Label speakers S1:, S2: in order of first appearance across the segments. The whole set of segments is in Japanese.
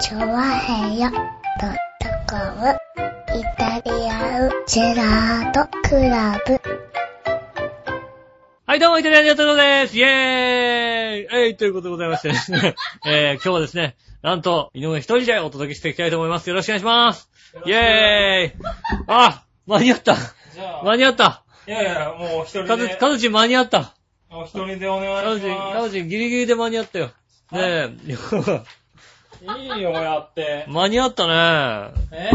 S1: チョワヘヨドットコムイタリアンジェラートクラブ。
S2: はい、どうも、イタリアンジェットですイェーイえい、ということでございましてです ね、えー、今日はですね、なんと、井上一人でお届けしていきたいと思います。よろしくお願いしますイェーイあ、間に合った
S3: じゃあ、
S2: 間に合った
S3: いやいや、もう一人
S2: かず
S3: で、
S2: かずちん間に合った
S3: もう一人でお
S2: か
S3: 願
S2: ず
S3: いし
S2: ちん、か
S3: ま
S2: ずちんギリギリで間に合ったよ。ね
S3: す。いいよ、やって
S2: え、。 間に合ったね
S3: え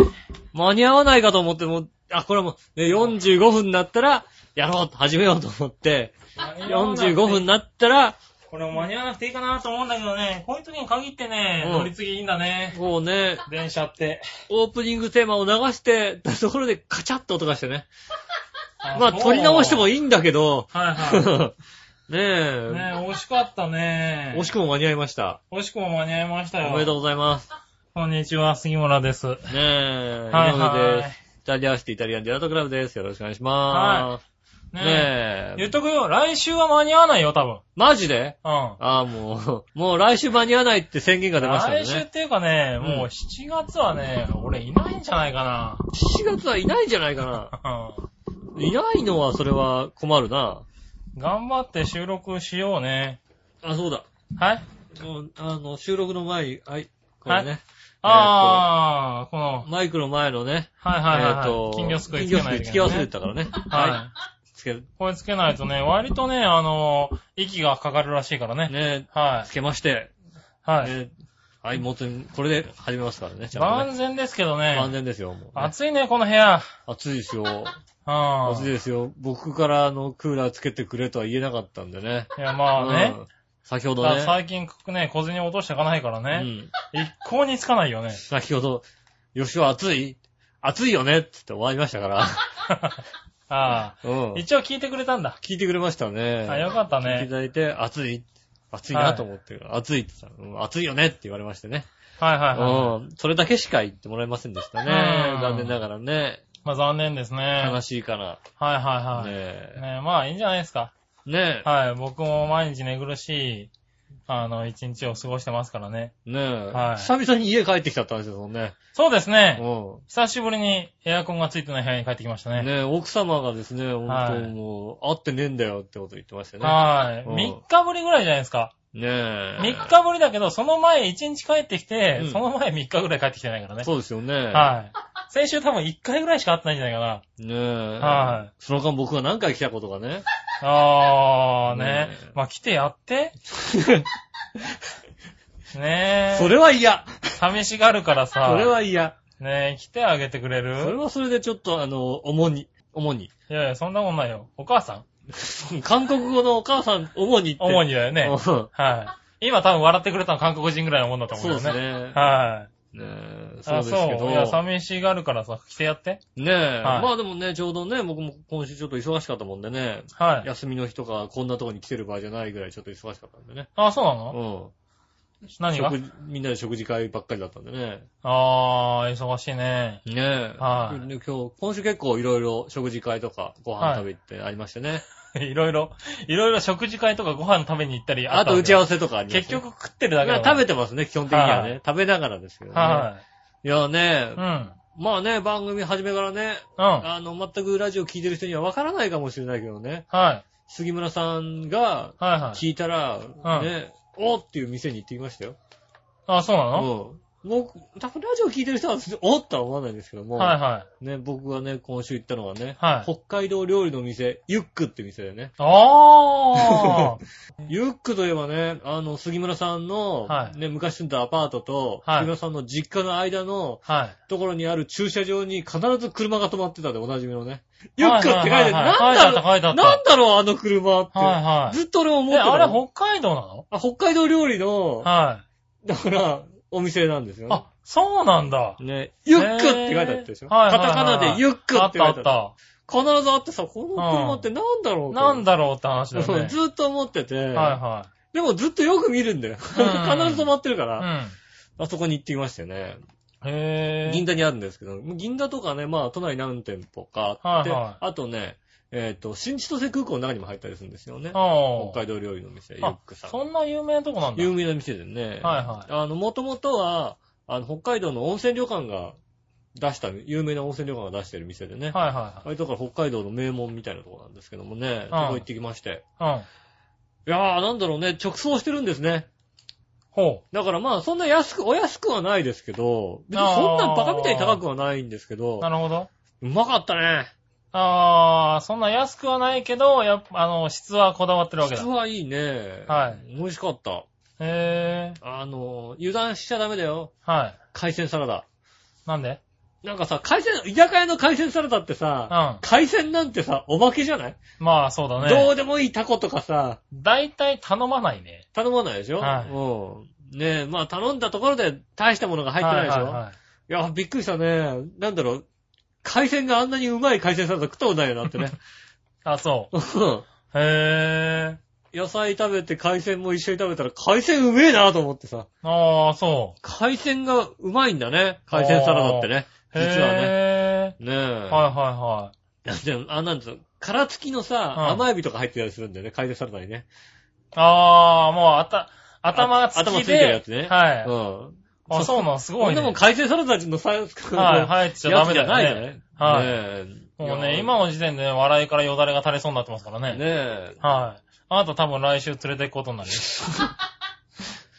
S2: 間に合わないかと思って、もう、あ、これはもう、ね、45分になったら、やろう、始めようと思って、45分に。なったら、
S3: これも間に合わなくていいかなと思うんだけどね、こういう時に限ってね、
S2: うん
S3: 乗り継ぎいいんだね。
S2: こうね、
S3: 電車って。
S2: オープニングテーマを流して、たところでカチャッと音がしてね。まあ、
S3: そう
S2: 撮り直してもいいんだけど、
S3: はいは
S2: ね
S3: い。
S2: え、
S3: ね惜しかったね。
S2: 惜しくも間に合いました。
S3: 惜しくも間に合いましたよ。
S2: おめでとうございます。
S3: こんにちは、杉村です。は
S2: ねえ、
S3: はい
S2: 井上
S3: は
S2: です。イタリアンシティイタリアンジェラートクラブです。よろしくお願いしま
S3: い。
S2: す。ね
S3: 言っ
S2: え、
S3: とくよ、来週は間に合わないよ、多分。
S2: マジで
S3: うん。
S2: ああ、もう、 もう来週間に合わないって宣言が出ましたんで
S3: 来週っ
S2: ね。
S3: ていうかね、
S2: うん
S3: もう7月はね、俺いないんじゃないか
S2: 7月はいないんじゃないかな。
S3: な。
S2: いないのはそれは困るな。
S3: 頑張って収録しようね。
S2: あ、そうだ。
S3: はい
S2: うんあの、収録の前に、はい、これ
S3: は
S2: ね。
S3: ああ、この、
S2: マイクの前のね、
S3: はいはいはい
S2: えっ、
S3: はい。
S2: と、
S3: 金魚すくいつけないとい
S2: 金魚すくいつ
S3: け
S2: け
S3: ない
S2: 忘
S3: ね、
S2: れてたからね。。
S3: はい
S2: つけ、ね
S3: い。これつけないとね、割とね、あの、息がかかるらしいからね。
S2: え、
S3: は
S2: つけまして、
S3: い。はい。
S2: ねえはい、もうとにこれで始めますからね、ちゃんと
S3: 万
S2: ね。
S3: 全ですけど
S2: 万
S3: ね。
S2: 全ですよ、もうね、
S3: 暑いね、この部屋。
S2: 暑いですよ。
S3: う
S2: 暑い
S3: ん。
S2: ですよ。僕からあのクーラーつけてくれとは言えなかったんでね。
S3: いや、まあね
S2: う。ん先ほ
S3: だ
S2: ど
S3: から
S2: ね。
S3: 最近ね、小銭落としていかないから
S2: う
S3: ね。
S2: ん。
S3: 一向につかないよね。
S2: 先ほど、吉尾暑い暑いよねってって終わりました から。
S3: あ
S2: うん
S3: あ。。一応聞いてくれたんだ。
S2: 聞いてくれましたね。
S3: あ、よかった
S2: 聞いてい
S3: ね
S2: た。だいて、暑い暑いなと思って、暑いって言ったらうん暑いよねって言われましてね。
S3: はいはいはい。
S2: うん。それだけしか言ってもらえませんでしたね。
S3: うん
S2: 残念ながらね。
S3: まあ残念ですね。
S2: 悲しいから。
S3: はいはいはい。ね
S2: ね
S3: えまあいいんじゃないですか。
S2: え。ね
S3: はい、僕も毎日寝苦しい、あの、一日を過ごしてますからね。
S2: え。ねえ。
S3: はい
S2: 久々に家帰ってきちゃったんですよ、ね。
S3: そうですね。
S2: う
S3: 久しぶりにエアコンがついてない部屋に帰ってきました
S2: ん。
S3: ね。
S2: ねえ、奥様がですね、
S3: はい
S2: 本当もう、会ってねえんだよってこと言ってましたよね。
S3: はい。
S2: うん
S3: 3日ぶりぐらいじゃないですか。
S2: ねえ。
S3: 3日ぶりだけど、その前1日帰ってきて、
S2: うん
S3: その前3日ぐらい帰ってきてないからね。
S2: そうですよね。
S3: はい。先週多分1回ぐらいしか会ってないんじゃないかな。
S2: ねえ。。
S3: はい
S2: その間僕が何回来たことがね。
S3: あーね
S2: ねえ。
S3: まあ来てや って。ねえ。
S2: それは嫌。
S3: 寂しがるからさ。
S2: それは嫌。
S3: ねえ、来てあげてくれ
S2: それ
S3: る
S2: はそれでちょっと、あの、主に、主に。
S3: いやいや、そんなもんないよ。お母さん
S2: 韓国語のお母さん、主にって。
S3: 主
S2: に。
S3: にだよね。
S2: そ
S3: はい。今多分笑ってくれたの韓国人ぐらいのもんだと思う
S2: う
S3: よ
S2: で
S3: ね。
S2: すね。
S3: はい。
S2: ねえそう
S3: あ
S2: ですけ
S3: い
S2: ど。
S3: や、寂しがるからさ、来てやって。
S2: ねえ、
S3: はい
S2: まあでもね、ちょうどね、僕も今週ちょっと忙しかったもんでね、
S3: はい。
S2: 休みの日とかこんなとこに来てる場合じゃないぐらいちょっと忙しかったんでね。
S3: あ、そうな
S2: う
S3: の
S2: ん。
S3: 何が
S2: 食事みんなで食事会ばっかりだったんでね。
S3: あー、忙しいね。
S2: ねえ。
S3: はい
S2: で今日、今週結構いろいろ食事会とかご飯食べってありましてね。
S3: いろいろ、いろいろ食事会とかご飯食べに行ったり
S2: あと打ち合
S3: わ
S2: わせとかありま
S3: 結
S2: したね
S3: 局食ってるだけだ
S2: まあ食べてますね、基本的にはね。
S3: は
S2: 食べながらですけど
S3: べ
S2: ね。
S3: はい
S2: やね
S3: い。う、ん。
S2: まあね、番組始めからね、
S3: うん。
S2: あの、全くラジオ聞いてる人にはわからないかもしれないけどね、
S3: はい。
S2: 杉村さんが
S3: はいはい。
S2: 聞いたら、
S3: うん
S2: ね、おーっていう店に行ってきましたよ。
S3: あ、そうな
S2: う
S3: の
S2: ん。僕、多分ラジオ聞いてる人は別におーとは思わないんですけども、
S3: はいはい。
S2: ね、僕がね、今週行ったのはね、
S3: はい
S2: 北海道料理の店、ユックって店でね、
S3: あ ー。
S2: ユックといえばね、あの、杉村さんの、
S3: はい
S2: ね、昔住んだアパートと、
S3: はい
S2: 杉村さんの実家の間の、
S3: はい。
S2: ところにある駐車場に必ず車が止まってたで、おなじみのね。ユ
S3: は
S2: ッ
S3: い
S2: クって書
S3: はいい
S2: てあ
S3: はい
S2: る。
S3: はい
S2: なんだ
S3: 書いて
S2: ろ
S3: あっ
S2: う、
S3: た
S2: なんだろう、あの車って。
S3: はいはい。
S2: ずっと俺思って
S3: え、
S2: たの。
S3: あれ北海道なの
S2: あ北海道料理の、
S3: は
S2: だから、お店なんです
S3: い。
S2: よね。
S3: あ、そうなんだ。
S2: ね、ユックって書いてあったでしょ
S3: へーはいはい
S2: カ
S3: はい
S2: タカナでユック
S3: あ
S2: っ
S3: ってた
S2: 書
S3: あ
S2: いてあ
S3: っ。
S2: ったた。必ずあってさ、この車ってなんだろうと
S3: なんだろうって話だよ
S2: そう
S3: ね。
S2: ずっと思ってて、
S3: は
S2: でもずっとよく見るんだよ。必ず止まってるか
S3: い
S2: ら、
S3: はい。
S2: あそこに行ってきましたよね。
S3: うん。へぇー。
S2: 銀座にあるんですけど、銀座とかね、まあ、都内何店舗かあって、
S3: はいはい
S2: あとね、えっ、と、新千歳空港の中にも入ったりするんですよね。
S3: あ
S2: 北海道料理の店、ユ
S3: あ
S2: ックさん。
S3: そんな有名なとこなんだ。
S2: 有名な店でね。
S3: はいはい
S2: あの、もともとは、あの、北海道の温泉旅館が出した、有名な温泉旅館が出してる店でね。
S3: はいは
S2: あれとか北海道の名門みたいなとこなんですけどもね、そこ行ってきまして。
S3: いはい。うん。
S2: いやー、なんだろうね、直送してるんですね。
S3: ほ
S2: だからまあ、そんな安く、お安くはないですけど、別にそんなバカみたいに高くはないんですけ
S3: う。
S2: ど
S3: な、るほど。
S2: うまかったね。
S3: あー、そんな安くはないけど、やっぱ、あの、質はこだわってるわけだ
S2: 質。はいいね。。
S3: はい
S2: 美味しかった。
S3: へー。
S2: あの、油断しちゃダメだよ。
S3: はい。
S2: 海鮮サラダ。
S3: なんで
S2: なんかさ、海鮮、居酒屋の海鮮サラダって
S3: うん。
S2: さ、
S3: ま
S2: 海鮮なんてさ、おまけじゃない、
S3: あ、そうだ
S2: どう
S3: ね。
S2: でもいいタコとかさ、
S3: だいたい頼まないね。
S2: 頼まないでしょ、
S3: はい
S2: うん。ねえ、まあ頼んだところで大したものが入ってないでしょ、
S3: はいはいはい
S2: いや、びっくりしたね。なんだろう、海鮮があんなにうまい海鮮サラダ食ったことないよなって ね。
S3: あ、そう。
S2: うん
S3: へー。
S2: 野菜食べて海鮮も一緒に食べたら海鮮うめえなと思ってさ。
S3: あー、そ
S2: 海鮮がうまいんだね。海鮮サラダってね。
S3: う。
S2: 実はね。
S3: へ
S2: ねえ。
S3: ー。はいはいはい。
S2: だってあ、なんつうの、殻付きのさ、
S3: うん
S2: 甘エビとか入ってたりするんだよね、海鮮サラダにね。
S3: あー、もうあた、頭つきで。
S2: 頭ついてるやつね
S3: はい。
S2: うん。
S3: あ、そうなん、す
S2: こ
S3: ごい
S2: ん
S3: ね。
S2: なもん海鮮サラダのさ、
S3: はい、入っちゃダ
S2: やつ
S3: メだよ
S2: じゃない
S3: ね。
S2: よ
S3: はい
S2: ねえ。
S3: もう
S2: いや
S3: ね、今の時点で笑いからよだれが垂れそうになってますからね。
S2: ねえ。
S3: はい。あなた多分来週連れて行くことになるよ。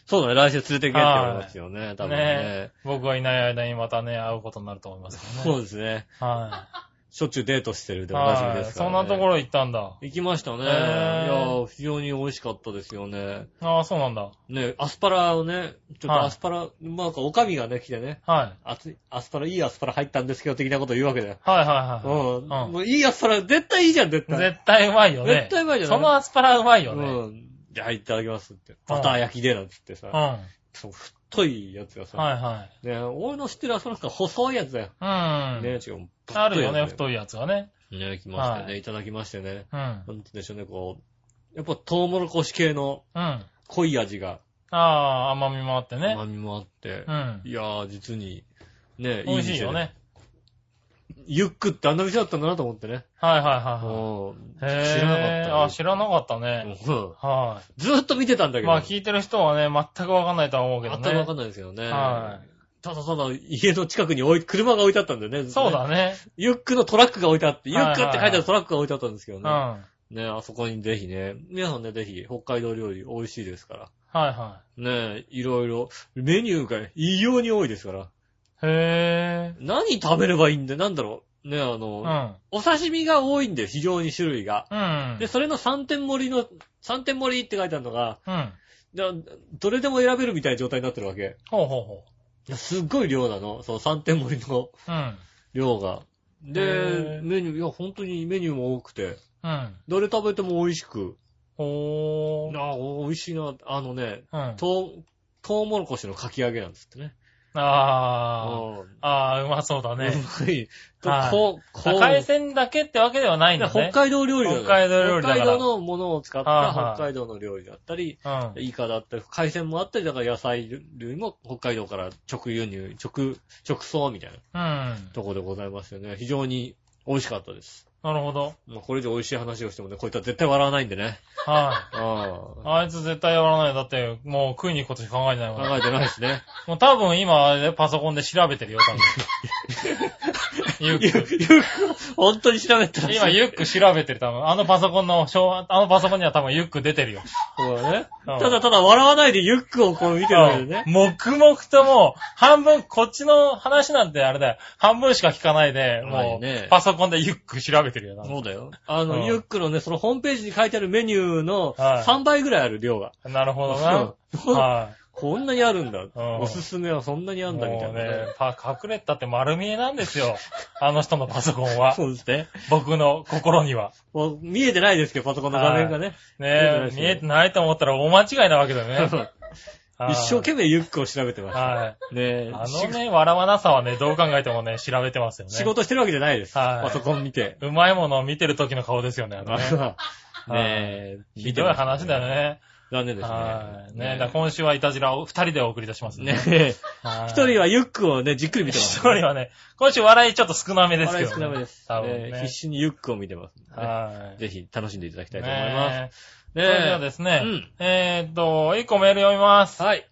S2: そうだね、来週連れて行けって言われますよね、多分ね
S3: ね。僕がいない間にまたね、会うことになると思いますからね。
S2: そうですね。
S3: は
S2: しょっちゅうデートしてる
S3: い。
S2: でおなじみ
S3: は
S2: で
S3: い。
S2: すか
S3: そ
S2: ら、
S3: ん
S2: ね。
S3: なところ行ったんだ。
S2: 行きましたね。い
S3: へー
S2: やー非常に美味しかったですよね。
S3: ああ、そうなんだ。
S2: ね、アスパラをね、ちょっ
S3: は
S2: と
S3: い
S2: アスパラ、まあなんかおかみがね、来てね、
S3: はい。
S2: 熱い、アスパラ、いいアスパラ入ったんですけど、的なこと言うわけだよ。
S3: はいはいは
S2: うん。
S3: うん
S2: もういいアスパラ、絶対いいじゃん、絶
S3: い。
S2: 対。
S3: 絶対うまいよね。
S2: 絶対うまいじゃない
S3: そのアスパラうまいよね。うん。
S2: うん。じゃあいただきますって。バター焼きで、なんつってさ、
S3: は
S2: そう太いやつが
S3: い
S2: さ、
S3: は
S2: ね、俺の知ってるアスパラなんか細いやつだよ。
S3: い。うん。
S2: ね、違う。
S3: あるよね、
S2: い
S3: 太いやつがね。
S2: やつだよ。ね、来まして
S3: は
S2: ね、いただきましてね。
S3: うん。
S2: なんて言うんでしょうね、こう、やっぱトウモロコシ系の
S3: うん。あ
S2: 濃い味が、
S3: あ、甘みもあってね。
S2: 甘みもあって
S3: う、ん。
S2: いやー、実に、ね、
S3: 美味しいよ
S2: 店で。
S3: ね。
S2: ユックってあんな店だったんだなと思ってね。
S3: はいはいはいはい。
S2: うん知
S3: へ
S2: らな
S3: ー
S2: か
S3: あ、
S2: った
S3: 知らなかったね。
S2: ね。うん
S3: は
S2: ずーっと見てたんだ
S3: い。
S2: けど。
S3: まあ聞いてる人はね、全くわかんないとは思うけど
S2: 全くわ
S3: ね
S2: か。んないですよね。
S3: は
S2: ただただ家の近くに置い車が置いてあったんだよね。ずっと
S3: そ
S2: ね
S3: う。だね。
S2: ユックのトラックが置いてあって、ユ
S3: はいはい
S2: ッ
S3: は
S2: ク
S3: い
S2: って書いてあるトラックが置いてあったんですけど
S3: う
S2: ね
S3: ん。。は
S2: ね、あそこにぜひね、皆さんね、ぜひ北海道料理美味しいですから。
S3: いは
S2: ね、いろいろ、メニューが異様に多いですから。
S3: い。へ
S2: 何食べればいいんだなんだろう。ね、あ
S3: ぇ
S2: の、
S3: ー。
S2: お刺身が多いんで、非常に種類が。
S3: うん。うん。
S2: で、それの3点盛りの、3点盛りって書いてあるのが、
S3: うん。
S2: じゃあどれでも選べるみたいな状態になってるわけ。
S3: ほうほうほ
S2: いやすっごい量なの、その3点盛りの
S3: う。うん。
S2: 量が。
S3: へ
S2: で、
S3: ー
S2: メニュー、いや、本当にメニューも多くて、
S3: うん。
S2: どれ食べても美味しく、
S3: ほー。
S2: ああ、お美味しいな、あのね、
S3: うん。
S2: とう、とうもろこしのかき揚げなんですってね。
S3: あ
S2: うん
S3: ー。あー、うまそうだね。
S2: うまい。と
S3: はい
S2: こう、こう。
S3: 海鮮だけってわけではないんだね。
S2: 北海道料理だね
S3: 北海道料理だから
S2: 北海道のものを使っ
S3: はい
S2: た
S3: はい
S2: 北海道の料理だったり、
S3: うん。
S2: イカだったり、海鮮もあったり、だから野菜類も北海道から直輸入、直、直送みたいな
S3: うん。
S2: ところでございますよね。非常に美味しかったです。
S3: なるほど。
S2: まあ、これ以上美味しい話をしてもね、こういったら絶対笑わないんでね。
S3: はい。
S2: ああ。
S3: あいつ絶対やらないよ。だって、もう食いに行くことしか考えてないから。
S2: 考えてないです ね。
S3: もう多分今、パソコンで調べてるよ、多分。 ユ
S2: ゆ
S3: ッ
S2: ゆ
S3: ク。
S2: 本当に調べたら
S3: 今、ユック調べてる、多分。あのパソコンの、昭和あのパソコンには多分ユック出てるよ。
S2: そうだね。
S3: うん
S2: ただただ笑わないでユックをこう見てるわけでね。
S3: 黙々ともう、半分、こっちの話なんてあれだよ。半分しか聞かないで、
S2: はい
S3: も
S2: ね
S3: う、パソコンでユック調べてるよ、多
S2: そうだよ。あ
S3: うん
S2: の、ユックのね、そのホームページに書いてあるメニューの
S3: はい
S2: 3倍ぐらいある量が。
S3: 分。なるほどな。
S2: そう
S3: は
S2: こんなにあるんだ。
S3: ん
S2: おすすめはそんなに
S3: い。
S2: あんだみた
S3: も
S2: いうなね
S3: ね。、パ隠れたって丸見えなんですよ。あの人のパソコンは。
S2: そうですね。
S3: 僕の心には。
S2: もう見えてないですけど、パソコンの画面がね。
S3: ねえ、
S2: 見
S3: 見
S2: え
S3: え
S2: て
S3: てないと思ったら大間違いなわけだよね。
S2: 一生懸命ユックを調べてま
S3: はい。
S2: す。ねえ
S3: あ
S2: し
S3: のね、笑わなさはね、どう考えてもね、調べてますよね。
S2: 仕事してるわけじゃないです。
S3: はい
S2: パソコン見て。
S3: うまいものを見てる時の顔ですよね、あのね。
S2: ねえ、
S3: ひどい話だよ
S2: ね。
S3: ね。
S2: 残念です
S3: は
S2: ね。
S3: い。ねだから今週はいたじらを二人でお送り出します
S2: ね
S3: ね。
S2: え。
S3: 一
S2: 一人はユックをね、じっくり見てま
S3: 一
S2: す。
S3: 人はね、今週笑いちょっと少なめですけ
S2: 笑い
S3: どね。
S2: 少なめです。
S3: 多分
S2: ね
S3: ね
S2: 必。死にユックを見てますんでね。
S3: はい。
S2: ぜひ楽しんでいただきたいと思います。
S3: ねえそれでは
S2: ね
S3: ですね
S2: うん、
S3: えーっと、一個メール読みます。
S2: はい。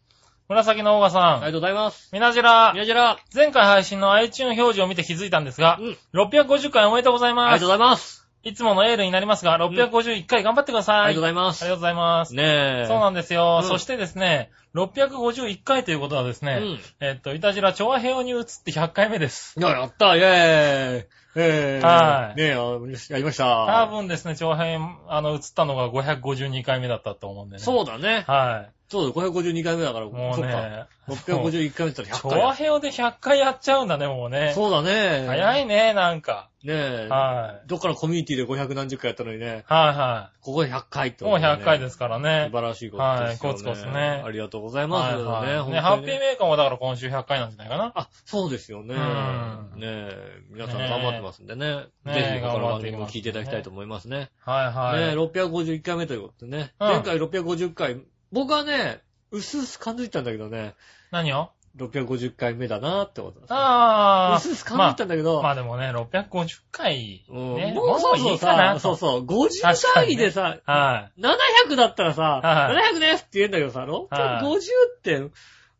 S3: 紫のオーガさ
S2: ありが
S3: ん。
S2: とうございます。
S3: みなじら
S2: 宮、寺、
S3: 前回配信の iTunes 表示を見て気づいたんですが
S2: う、ん。あり
S3: 650回おめでとうござい
S2: が
S3: ま
S2: と
S3: す
S2: うご。ざいます。
S3: いつものエールになりますが、651回頑張ってください。
S2: ありがとうございま
S3: あり
S2: す。
S3: がとうございます。
S2: ねえ。
S3: そうなんですよ。
S2: うん
S3: そしてですね、651回ということはですね、
S2: うん
S3: えっと、いたじら調和平和に移って100回目です。
S2: いや、やった、イェーイ。えー、
S3: はい
S2: ねえ、あやりました。
S3: 多分ですね、長編、あの、映ったのが552回目だったと思うんでね。う。
S2: そうだね。
S3: は
S2: そうだ、552回目だから、
S3: い。もう
S2: そっか。
S3: ね、
S2: 651回目だったら100
S3: 調
S2: 回
S3: 和平和で100回やっちゃうんだね、もう
S2: だ。
S3: ね。
S2: そうだね。
S3: 早
S2: ね
S3: いね、なんか。
S2: え。
S3: は
S2: どっからコミュニティで500何十回やったのにね、
S3: い。は
S2: ここで100回って
S3: いはい。
S2: こ
S3: も
S2: とだ
S3: う
S2: ね
S3: 100回ですから
S2: 素
S3: ね。
S2: 晴らしいことですよね。
S3: はいコツコツね
S2: ありがとうございます。
S3: はいはい。
S2: ね
S3: ね、ハ
S2: 本
S3: ッ
S2: 当
S3: ピ
S2: に
S3: ー
S2: ね
S3: メーカーもだから今週100回なんじゃないかな。
S2: あ、そうですよね。ね
S3: ん
S2: え、皆さん頑張ってますんでね。
S3: ねえ
S2: ぜひ、こ
S3: 頑
S2: の
S3: 張
S2: 番
S3: ってい
S2: 組
S3: きま
S2: も
S3: すね
S2: 聞いていただきたいと思いますね。
S3: はいは
S2: ねえ、
S3: い。
S2: 651回目ということでね。
S3: うん
S2: 前回650回、僕はね、うすうす感じてたんだけどね、
S3: 何を
S2: 650回目だなってことだ。
S3: ああ。
S2: うすうす感じてたんだけど、
S3: まあでもね、650回。
S2: うん
S3: ね、
S2: もうそろそ
S3: い
S2: ろ
S3: いかな
S2: さ、
S3: と
S2: そうそう、50
S3: 確か
S2: 単
S3: に
S2: 位
S3: ね
S2: でさ、
S3: は
S2: 700だったらさ、
S3: は
S2: 700ですって言うんだけどさ、650って、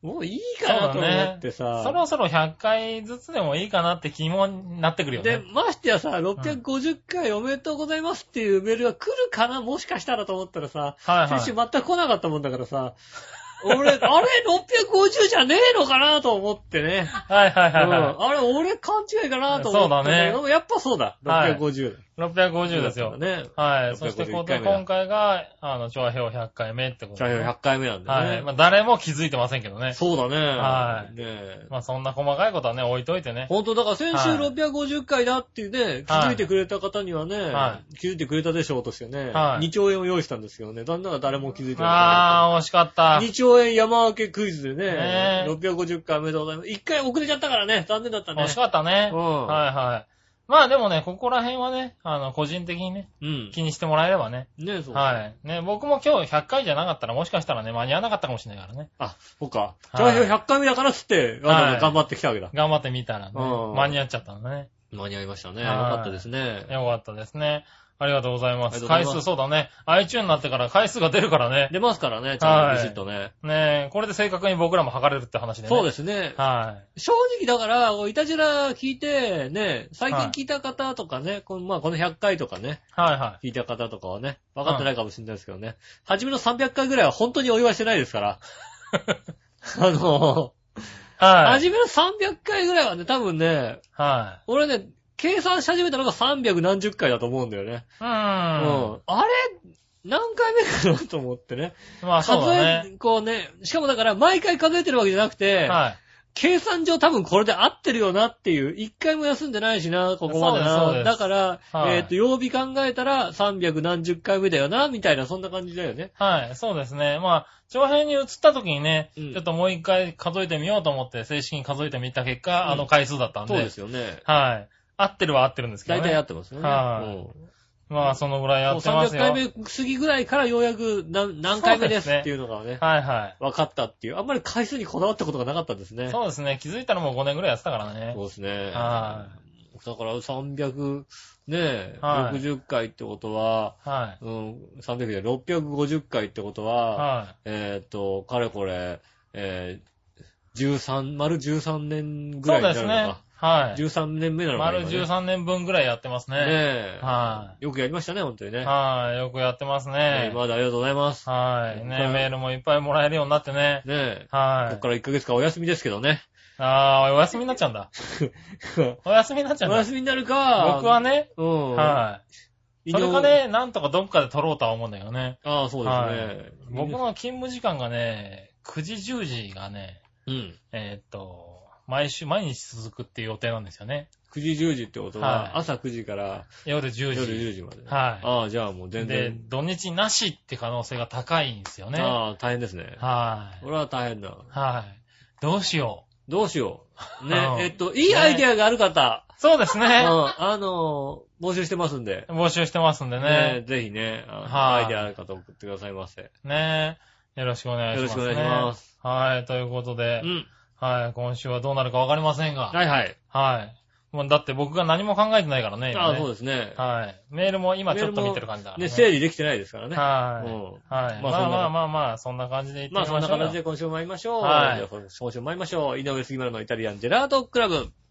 S2: もういいかなと思って
S3: い。
S2: さ、
S3: そろそろ100回ずつでもいいかなって気もなってくるよ
S2: で、
S3: ね。
S2: ましてやさ、650回おめでとうございますっていうメールが来るかな、もしかしたらと思ったらさ、
S3: はいはい
S2: 先週。全く来なかったもんだからさ、俺、あ れ ?650 じゃねえのかなと思ってね。
S3: はいはい
S2: うん
S3: はいは
S2: あれ、俺勘違いかなと思ったんだけ
S3: そう
S2: ど、やっぱそうだ。
S3: はい
S2: 650だ。
S3: い。650です
S2: だ
S3: よ。
S2: ね。
S3: は
S2: 651
S3: い。そしてこ
S2: 回目だ
S3: 今回が、あの、調和表100回目ってこと
S2: じゃ
S3: で
S2: あ
S3: ね
S2: 100回目なんだ
S3: は
S2: ね
S3: い。。まあ誰も気づいてませんけどね。
S2: そうだね。
S3: はい
S2: ねえ。
S3: まあそんな細かいことはね、置いといてね。
S2: 本当だから先週
S3: はい
S2: 650回だっていうね、気づいてくれた方にはね、
S3: は
S2: 気づいてくれたでしょうとしてね、
S3: はい
S2: 2兆円を用意したんですけどね、だんだん誰も気づいてな
S3: ああ、惜しかった
S2: い。。2兆円山分けクイズでね
S3: ね、え
S2: 650回おめでとうございます。1回遅れちゃったからね、残念だったね。
S3: 惜しかったね。
S2: うん
S3: はいはい。まあでもね、ここら辺はね、あの、個人的にね、
S2: うん。
S3: 気にしてもらえればね。
S2: ねそう。
S3: はい。ね、僕も今日100回じゃなかったらもしかしたらね、間に合わなかったかもしれないからね。
S2: あ、そっか。
S3: はい
S2: じゃあ100回目だからっつって、あ
S3: は
S2: の
S3: い
S2: 頑張ってきたわけだ。
S3: 頑張ってみたらね、
S2: うん
S3: 間に合っちゃったんだね。
S2: 間に合いましたね。
S3: は
S2: よ
S3: い
S2: かったですね。
S3: よかったですね。ありがとうございま
S2: ありがと
S3: す。
S2: うござい
S3: 回
S2: ます
S3: 数、そうだね。iTune になってから回数が出るからね。
S2: 出ますからね、ちゃん
S3: は
S2: と
S3: い
S2: ビシッとね。
S3: ねえ、これで正確に僕らも測れるって話でね。。
S2: そうですすね。
S3: は
S2: 正直だから、こういたじら聞いて、ね、最近聞いた方とかね、このまあこの100回とかね
S3: い。、はいは
S2: 聞いた方とかはね、分かってないかもしれないですけどね、初めの300回ぐらいは本当にお祝いしてないですから。 あの、
S3: い。はい。
S2: 初めの300回ぐらいはね、多分ね、
S3: は
S2: 俺ね、計算し始めたのが300何十回だと思うんだよね。
S3: い。う
S2: う
S3: ー
S2: ん。
S3: ん。
S2: あれ何回目かなと思ってね。
S3: まあそう
S2: 数
S3: だ
S2: え
S3: ね。、
S2: こうね、しかもだから毎回数えてるわけじゃなくて、
S3: はい。
S2: 計算上多分これで合ってるよなっていう、一回も休んでないしな、ここまで
S3: そうですそう
S2: な。
S3: です
S2: だから、
S3: はい
S2: えっ、と、曜日考えたら300何十回目だよな、みたいな、そんな感じだよね。
S3: はい、そうですね。まあ、長編に移った時にね、
S2: うん
S3: ちょっともう一回数えてみようと思って、正式に数えてみた結果、
S2: うん
S3: あの回数だったんで。
S2: そうですよね。
S3: はい。合ってるは合ってるんですけど
S2: 大
S3: ね。
S2: 体合ってますよね。
S3: はい
S2: うん
S3: まあ、そのぐらいや
S2: もう
S3: ってま
S2: 300
S3: すよ。
S2: 回目過ぎぐらいからようやく何何回目です
S3: そうですね
S2: っていうのがね、
S3: はいは
S2: 分かったっていう。あんまり回数にこだわったことがなかったですね。
S3: い。そうですね。気づいたらもう5年ぐらいやってたからね。
S2: そうですね。
S3: は
S2: だから300、ねえ、
S3: はい
S2: 60回ってことは、
S3: はい。
S2: うん、300で650回ってことは、
S3: は
S2: えーっと、かれこれ、えー、13、丸13年
S3: い。
S2: ぐ
S3: そ
S2: ら
S3: う
S2: いになる
S3: です
S2: の
S3: ね
S2: か。。
S3: はい。
S2: 13年目なのかな今
S3: 丸
S2: ね
S3: 13年分ぐらいやってますね。
S2: ねえ。
S3: は
S2: よくやりましたね、本当にね。
S3: い。はい。よくやってます
S2: ねえ
S3: ね。
S2: 今までありがとうございます。
S3: はい。
S2: こ
S3: ね
S2: こから
S3: メールもいっぱいもらえるようになってね。
S2: ねえ。こ
S3: は
S2: こ
S3: い。
S2: から1ヶ月間お休みですけどね。
S3: あー、お休みになっちゃう んだ。お休みになっちゃうん
S2: お
S3: だ。
S2: 休みになるか、
S3: 僕は、ね、
S2: うん。
S3: はいい。それか、ね、なんとかどっかで撮ろうとは思うんだけどね。
S2: ああ、そうですね。
S3: 僕の勤務時間がね、9時10時がね、
S2: うん。
S3: えーっと、毎週、毎日続くっていう予定なんですよね。
S2: 9時10時ってこと
S3: はい
S2: は、朝9時から
S3: 夜10
S2: 夜
S3: 時。
S2: 10時まで。
S3: は
S2: ああ、じゃあもう
S3: い。
S2: 全
S3: で
S2: 然。、
S3: 土日なしって可能性が高いんですよね。は
S2: ああ、大変ですね
S3: い。。はい。
S2: これは大変だ。
S3: どうしよ
S2: どうしよう。
S3: う
S2: ね、
S3: ん
S2: えっと、いいアイディアがある方、
S3: う。そうで
S2: う
S3: す
S2: ん、
S3: ね。
S2: あのー、募集してますんで、
S3: 募集してますんで
S2: ね
S3: ね。、
S2: ぜひね、あの
S3: は
S2: ア
S3: い
S2: イディアある方送ってくださいませ。
S3: ねよろしくお願いします、ね。
S2: よろしくお願いします。
S3: はい、ということで
S2: う、ん。
S3: はい、今週はどうなるかわかりませんが。
S2: はいはい。
S3: はい。まあだって僕が何も考えてないからね、今
S2: あ
S3: ね。
S2: あ、そう
S3: う
S2: ですね。
S3: はい。メールも今ちょっと見てる感じだから
S2: ね、整理できてないですからね。
S3: は
S2: う
S3: い。
S2: ん
S3: はい。
S2: ま
S3: ま
S2: あそ
S3: あ
S2: んな
S3: まあまあまあ、そんな感じで言
S2: まあ
S3: って
S2: そ
S3: み
S2: んな
S3: ましょうよ。
S2: 形で今週も参りましょう。
S3: はい
S2: じゃあ今週も参りましょう。井上杉村のイタリアンジェラートクラブ。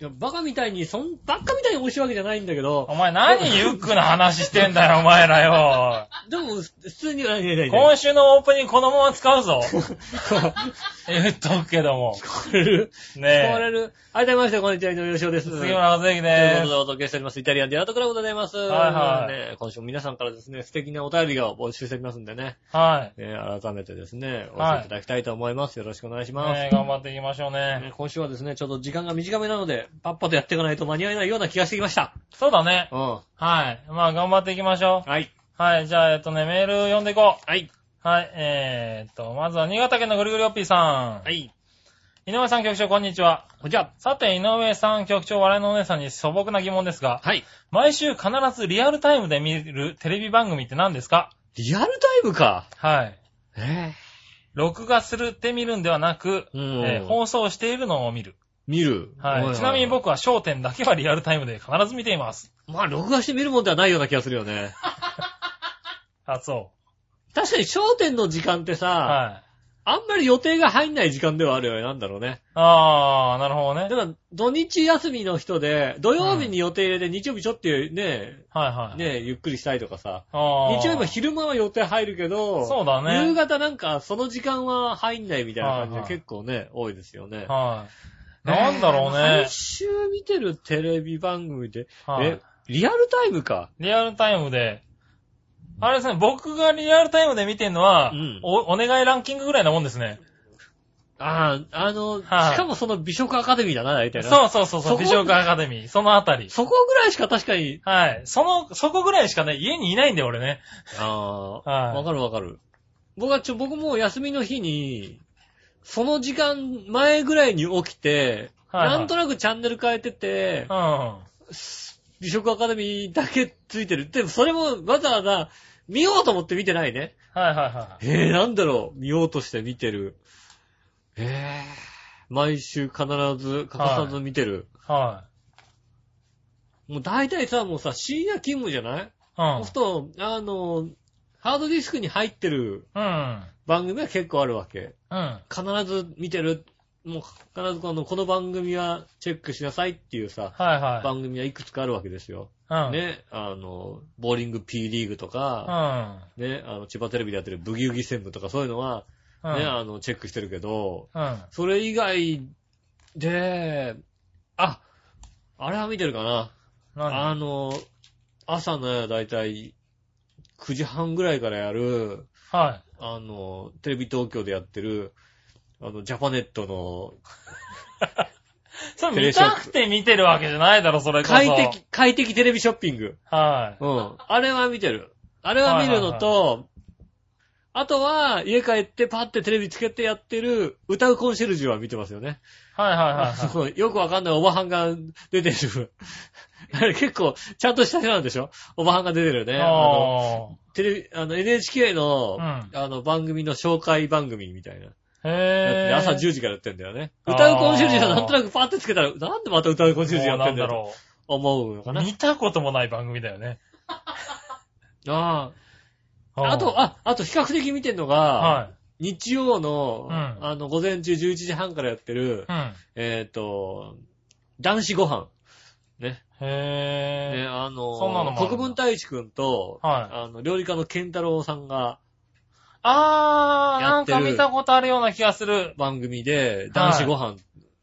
S2: いやバカみたいに、そん、バカみたいに美味しいわけじゃないんだけど、
S3: お前何ユックの話してんだよ、お前らよ。
S2: でも、普通には、いやいやいや
S3: 今週のオープニングこのまま使うぞ。 言っとくけども。
S2: 壊れる。壊れ
S3: ねえ。
S2: る。はい、どうもみなさんこんにちは、井上洋です。
S3: 杉村和
S2: とい
S3: 之
S2: うこ
S3: で
S2: とでお届けしております。イタリアンジェラートクラブでございます。
S3: はいはい
S2: ねえ今週も皆さんからですね、素敵なお便りが募集しておりますんでね、
S3: す。はい。
S2: えー改めてですね、お寄
S3: は
S2: せ
S3: い
S2: いただきたいと思います。よろしくお願いします。
S3: ねえ、頑張っていきましょうね。
S2: ね今週はですね、ちょっと時間が短めなので、パッパとやっていかないと間に合えないような気がしてきました。
S3: そうだね。
S2: うん。は
S3: はい。まあ、頑張っていきましょ
S2: い。
S3: う。はい。じゃあ、えっとね、メール読んでいこう。
S2: はい。
S3: はい。えー、っと、まずは新潟県のぐるぐるおっぴーさん。
S2: はい。
S3: 井上さん局長、こんにちは。
S2: じゃ
S3: さて、井上さん局長、笑いのお姉さんに素朴な疑問です
S2: あ、
S3: が、
S2: はい。
S3: 毎週必ずリアルタイムで見るテレビ番組って何ですか
S2: リアルタイムか。
S3: はい。
S2: え
S3: 録画するって見るんではなく、
S2: うん
S3: えー放送しているのを見る。
S2: 見る。
S3: はい。ちなみに。僕は焦点だけはリアルタイムで必ず見ています。
S2: まあ、録画して見るもんではないような気がするよね。
S3: あ、そ
S2: 確かに、焦点の時間ってさ、
S3: う。はい。
S2: あんまり予定が入んない時間ではあるよね。なんだろうね。
S3: あー、なるほどね
S2: だ。から、土日休みの人で、土曜日に予定入れて、日曜日ちょっとね、
S3: はいはい。
S2: ね、ゆっくりしたいとかさ。
S3: あー
S2: 日曜日は昼間は予定入るけど、
S3: そうだね
S2: 夕方なんか、その時間は入んないみたいな感じ
S3: はい
S2: で
S3: はい
S2: 結構ね、多いですよね。
S3: はい。なんだろうね
S2: 毎。週見てるテレビ番組で、
S3: はい
S2: え、リアルタイムか。
S3: リアルタイムで、あれですね、僕がリアルタイムで見てるのは、
S2: うん
S3: お、お願いランキングぐらいなもんですね。
S2: ああ、あの、し
S3: はい
S2: かもその美食アカデミーだな、大体な。
S3: そうそうそう
S2: そ
S3: そう、
S2: こ
S3: 美食アカデミー、そのあたり。
S2: そこぐらいしか確かに、
S3: はい。その、そこぐらいしかね、家にいないんだよ、俺ね。
S2: ああ、
S3: はい
S2: わかるわかる。僕はちょ、僕も休みの日に、その時間前ぐらいに起きて、
S3: はいはい
S2: なんとなくチャンネル変えてて
S3: う、ん。
S2: 美食アカデミーだけついてる。でもそれもわざわざ見ようと思って見てないね。
S3: はいはいはい。
S2: えー、なんだろう、見ようとして見てる。えー、毎週必ず欠かさず見てる。
S3: は
S2: もう大体さ、もうさ、深夜勤務じゃない、
S3: い。
S2: そうすると、あの、ハードディスクに入ってる
S3: うん。うん。
S2: 番組は結構あるわけ。
S3: うん。
S2: 必ず見てる、もう必ずこのこの番組はチェックしなさいっていうさ、
S3: は
S2: 番組はいくつかあるわけですよ。
S3: いはい。うん。
S2: ね、あの、ボーリング P リーグと
S3: う
S2: か、
S3: ん。
S2: ね、あの、千葉テレビでやってるブギウギ専務とかそういうのは、
S3: うん。
S2: ね、あの、チェックしてるけど、
S3: うん。
S2: それ以外で、あ、あれは見てるかな。
S3: 何
S2: あの、朝のだいたい9時半ぐらいからやる、
S3: はい。
S2: あの、テレビ東京でやってる、あの、ジャパネットの
S3: それ見たくて見てるわけじゃないだろ、それこそ。
S2: 快適。、快適テレビショッピング。
S3: は
S2: うん。あれは見てる。あれは見るのと、あとは、家帰ってパッてテレビつけてやってる、歌うコンシェルジュは見てますよね。
S3: い。はいはいはい はい。
S2: そうよくわかんないおばはんが出てる。 あれ結構、ちゃんとした人なんでしょおばはんが出てるよね。あの、
S3: あ
S2: テレビ、あの、NHK の、
S3: うん
S2: あの、番組の紹介番組みたいな。
S3: ー。へー。
S2: 朝10時からやってんだよね。
S3: あー
S2: 歌うコンシェルジュはなんとなくパッてつけたら、なんでまた歌うコンシェルジュや
S3: もう
S2: って
S3: な
S2: だ
S3: んんだ
S2: ろう。
S3: ろ
S2: 思うのか
S3: う。
S2: な。
S3: 見たこともない番組だよね。
S2: ああ。あと、
S3: あ、
S2: あ、あと比較的見てんのが、
S3: はい。
S2: 日曜の、
S3: うん
S2: あの、午前中11時半からやってる、
S3: うん。
S2: えっ、と、男子ご飯。ね。ね
S3: へ
S2: あの、
S3: そんなのもあるんだ
S2: 国分太一くんと、
S3: はい
S2: あの、料理家の健太郎さんが
S3: ー。あー、
S2: や
S3: な
S2: っ
S3: ん
S2: てる
S3: か見たことあるような気がする。
S2: 番組で、男子ご飯、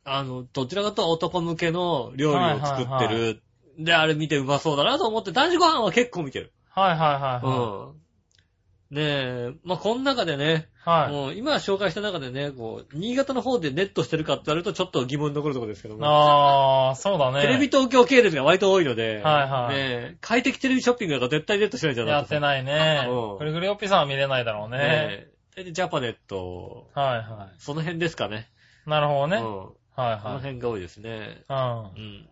S2: あの、どちらかというと男向けの料理を作ってる。
S3: はいはいは
S2: で、あれ見てうまそうだなと思って、男子ご飯は結構見てる。
S3: はいはいはいは
S2: うん。ねえ、まあ、この中でね、
S3: い。はい。
S2: もう今紹介した中でね、こう、新潟の方でネットしてるかって言われるとちょっと疑問に残るところですけども。
S3: あー、そうだね。
S2: テレビ東京系列が割と多いので、
S3: はいは
S2: ね
S3: い
S2: え快適テレビショッピングだと絶対ネットしないじゃない
S3: やってないね
S2: うん。
S3: ぐるぐるよっぴさんは見れないだろうね。
S2: ねえでジャパネット、
S3: はいは
S2: その辺ですかね。
S3: い。なるほどね。
S2: うん
S3: はい
S2: その
S3: はい。
S2: 辺が多いですね。
S3: うん。
S2: うん。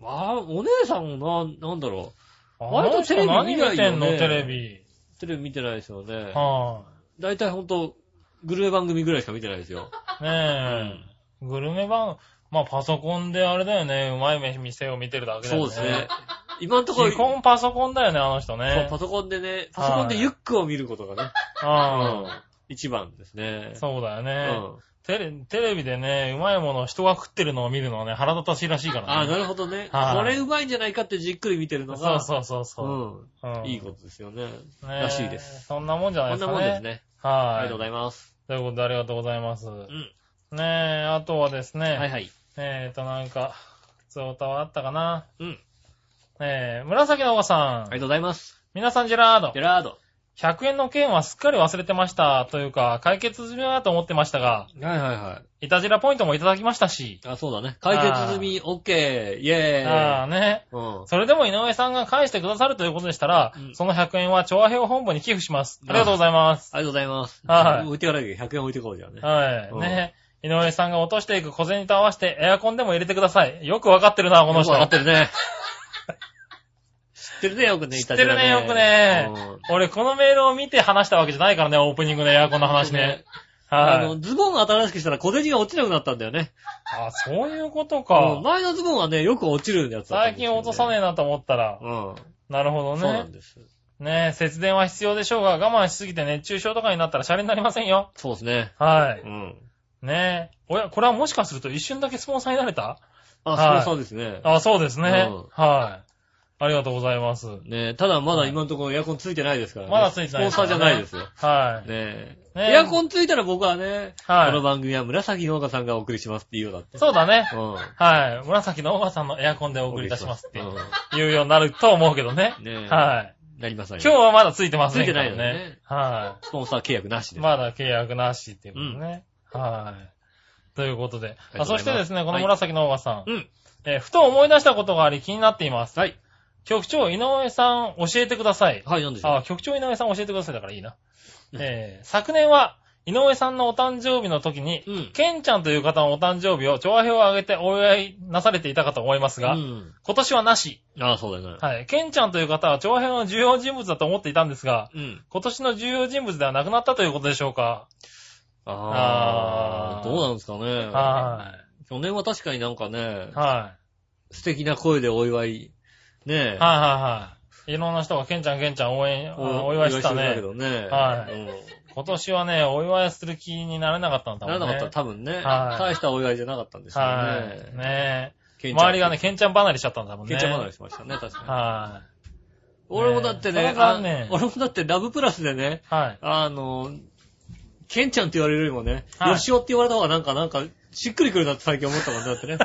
S2: まあ、お姉さんもな、なんだろ
S3: あの人何見てんの
S2: 割と
S3: テ
S2: テ
S3: レ
S2: レ
S3: ビ。
S2: う。テレビ見てないですよね。
S3: は
S2: 大体ほんと、グルメ番組ぐらいしか見てないですよ。
S3: い。ねえ。グルメ番、まあパソコンであれだよね。うまい飯店を見てるだけだよ
S2: そう
S3: ね。
S2: ですね。。今のところ、
S3: 基本パソコンだよね、あの人
S2: そう
S3: ね。
S2: パソコンでね、パソコンでユックを見ることがね、
S3: あ
S2: うん一番ですね
S3: あ。そうだよ
S2: う
S3: ね、
S2: ん
S3: テレ。テレビでね、うまいものを人が食ってるのを見るのはね、腹立たしいらしいからね。
S2: ああ、なるほどね。
S3: はい
S2: これうまいんじゃないかってじっくり見てるのが、
S3: そうそうそうそう。
S2: う。
S3: うん
S2: いいことですよね。
S3: と
S2: らしいです。
S3: そんなもんじゃな
S2: こ
S3: いで
S2: ん
S3: す
S2: な
S3: かね。
S2: もんですね。あり
S3: は
S2: が
S3: い
S2: とう。ございます。
S3: ということでありがとうございます。
S2: うん。
S3: ねえ、あとはですね、
S2: はいはい。
S3: えーと、なんか、普通歌はあったかな。
S2: うん。
S3: えー、紫のおば
S2: あり
S3: さん、
S2: がとうございます。
S3: 皆さんジェラード
S2: ジェ、ラード。
S3: 100円の件はすっかり忘れてました。というか、解決済みだと思ってましたが、
S2: はいはいはい
S3: たじらポイントもいただきましたし、
S2: い。あ、そうだね。解決済み、オッケー、イェー
S3: あ
S2: イ。
S3: あね。
S2: うん。
S3: それでも井上さんが返してくださるということでしたら、
S2: うん
S3: その100円は調和表本部に寄付します。ありがとうございます。
S2: ありがとうございます。
S3: はい
S2: 置いてかないけど、100円置いてこうじゃんね。
S3: はい。
S2: うん
S3: ね。井上さんが落としていく小銭と合わせてエアコンでも入れてください。よくわかってるな、この人。
S2: よくわかってる ね。知ってるね、よくね、知
S3: 知ってるね、よくね。俺、このメールを見て話したわけじゃないからね、オープニングのエアコンの話ね。
S2: あ
S3: は
S2: の、
S3: い。
S2: ズボン新しくしたら小銭が落ちなくなったんだよね。
S3: あ、そういうこと
S2: うん
S3: か。
S2: 前のズボンはね、よく落ちるやつだったん
S3: 最
S2: ですよ
S3: 近落とさねえなと思ったら。
S2: うん。
S3: なるほど
S2: そうな
S3: ね
S2: ん。です。
S3: ねえ節電は必要でしょうが、我慢しすぎて熱中症とかになったらシャレになりませんよ。
S2: そうですね。
S3: は
S2: う
S3: い。
S2: ん。
S3: ねえ。おや、これはもしかすると一瞬だけスポンサーになれたは
S2: あ、
S3: い
S2: そうそうですね。
S3: あ、そうですね
S2: うん。
S3: はい。ありがとうございます。
S2: ねただまだ今のところエアコンついてないですからね。
S3: まだついてない
S2: スポンサーじゃないですよ。
S3: は
S2: ね
S3: い。
S2: え。
S3: ねえ
S2: エアコンついたら僕はね、
S3: はい
S2: この番組は紫農家さんがお送りしますって言うようだって。
S3: そうだね。
S2: うん。
S3: はい。紫のおばさんのエアコンでお送りいたしますって
S2: うん
S3: いうようになると思うけどね。
S2: ねえ。
S3: はい。
S2: なりません
S3: 今日はまだついてませんから
S2: ついてないよね
S3: は
S2: スポンサー契約なし
S3: い。
S2: です。
S3: まだ契約なしっていうことね。はい。ということで。
S2: り
S3: あ
S2: がとうございま
S3: そ
S2: す
S3: してですね、この紫のおばさん。
S2: うん。
S3: えーふと思い出したことがあり気になっています。
S2: はい。
S3: 局長、井上さん、教えてください。
S2: はい、なんでしょう
S3: あ、局長、井上さん、教えてください。だからいいな。
S2: うん
S3: えー昨年は、井上さんのお誕生日の時に、
S2: うん
S3: ケンちゃんという方のお誕生日を調和表を挙げてお祝いなされていたかと思いますが、
S2: うん。
S3: 今年はなし。
S2: ああ、そうだよね。
S3: はい。ケンちゃんという方は調和表の重要人物だと思っていたんですが、
S2: うん。
S3: 今年の重要人物ではなくなったということでしょうか。
S2: あ
S3: あ
S2: あ、
S3: ー
S2: どうなんですかね。
S3: は
S2: 去年は確かになんかね
S3: い。はい。、は
S2: 素敵な声でお祝い、ね
S3: い
S2: え、
S3: はいはい。いろんな人がケンちゃんケンちゃん応援、あお祝いしてた
S2: だけ
S3: ね。
S2: どね。
S3: はい
S2: うん
S3: 今年はね、お祝いする気になれなかったんだ
S2: な
S3: も
S2: ら
S3: ん
S2: な
S3: ね。
S2: かったら多分ね、
S3: はい
S2: 大したお祝いじゃなかったんですよ
S3: は
S2: ね。
S3: い。ね
S2: ケ
S3: え。
S2: ンちゃん
S3: 周りがね、、ケンちゃん離れしちゃったんだもんね。
S2: ケンちゃん離れしましたね、確かに。
S3: は
S2: 俺もだって
S3: ね
S2: ね
S3: え、それ
S2: あ
S3: がね
S2: 俺もだってラブプラスでね、
S3: い。はい。
S2: あの、ケンちゃんって言われるよりもね、
S3: はい
S2: ヨシオって言われた方がなんか、なんか、しっくりくるなって最近思ったもんねだって ね。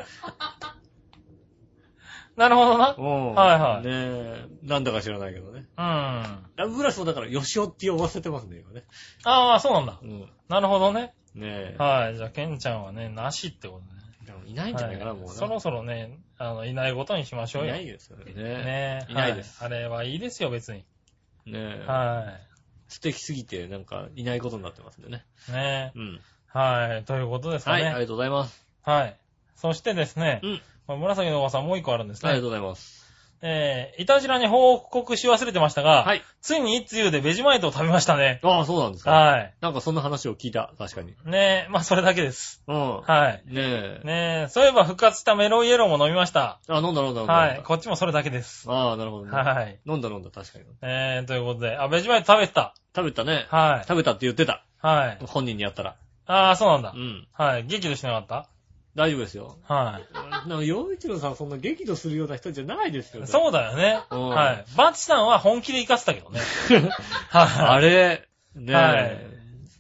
S3: なるほどな。
S2: うん。
S3: はいはい
S2: ねえ、なんだか知らないけどね。
S3: うん。あ
S2: ラブプラスもだから、ヨシオって呼ばせてますね、今ね。
S3: あ、そうなんだ
S2: う。ん。
S3: なるほどね。
S2: ねえ。
S3: はい。じゃあ、ケンちゃんはね、なしってことね。
S2: でもいないんじゃないかな、
S3: はい
S2: もうな。
S3: そろそろね、あの、いないことにしましょう
S2: い
S3: よ。
S2: ないですよね。
S3: ね
S2: いないです。
S3: はあれはいいですよ、別に。
S2: ねえ。
S3: は
S2: 素敵すぎて、なんか、いないことになってますんでね。
S3: い。ね
S2: うん。
S3: はい。ということですか
S2: はい、ありが
S3: ね。
S2: とうございます。
S3: はい。そしてですね
S2: うん、
S3: まあ紫のおばさんもう一個あるんです
S2: ありが
S3: ね
S2: と。うございます。
S3: えー、いたじらに報告し忘れてましたが、
S2: はい。
S3: ついに一通でベジマイトを食べましたね。
S2: ああ、そうなんですか。
S3: は
S2: なんかそんな話を聞いた、確かに。
S3: い。ねえ、まあそれだけです。
S2: うん。
S3: はい。
S2: ねえ。
S3: ねえ、そういえば復活したメロンイエローも飲みました。
S2: あ、飲んだ飲んだ飲んだ。
S3: はい。こっちもそれだけです。
S2: ああ、なるほどね。
S3: はい。
S2: 飲んだ飲んだ、確かに。
S3: えー、ということで、あ、ベジマイト食べてた。
S2: 食べたね。
S3: はい。
S2: 食べたって言ってた。
S3: はい。
S2: 本人にやったら。
S3: ああ、そうなんだ
S2: う。ん。
S3: はい。激怒しなかった
S2: 大丈夫ですよ。
S3: は
S2: な、洋一郎さんそんな激怒するような人じゃないですよ。
S3: い。そうだよね。
S2: うん
S3: はい。バッチさんは本気で生かせたけ どね。
S2: あ
S3: は
S2: れ、ねえ、
S3: はい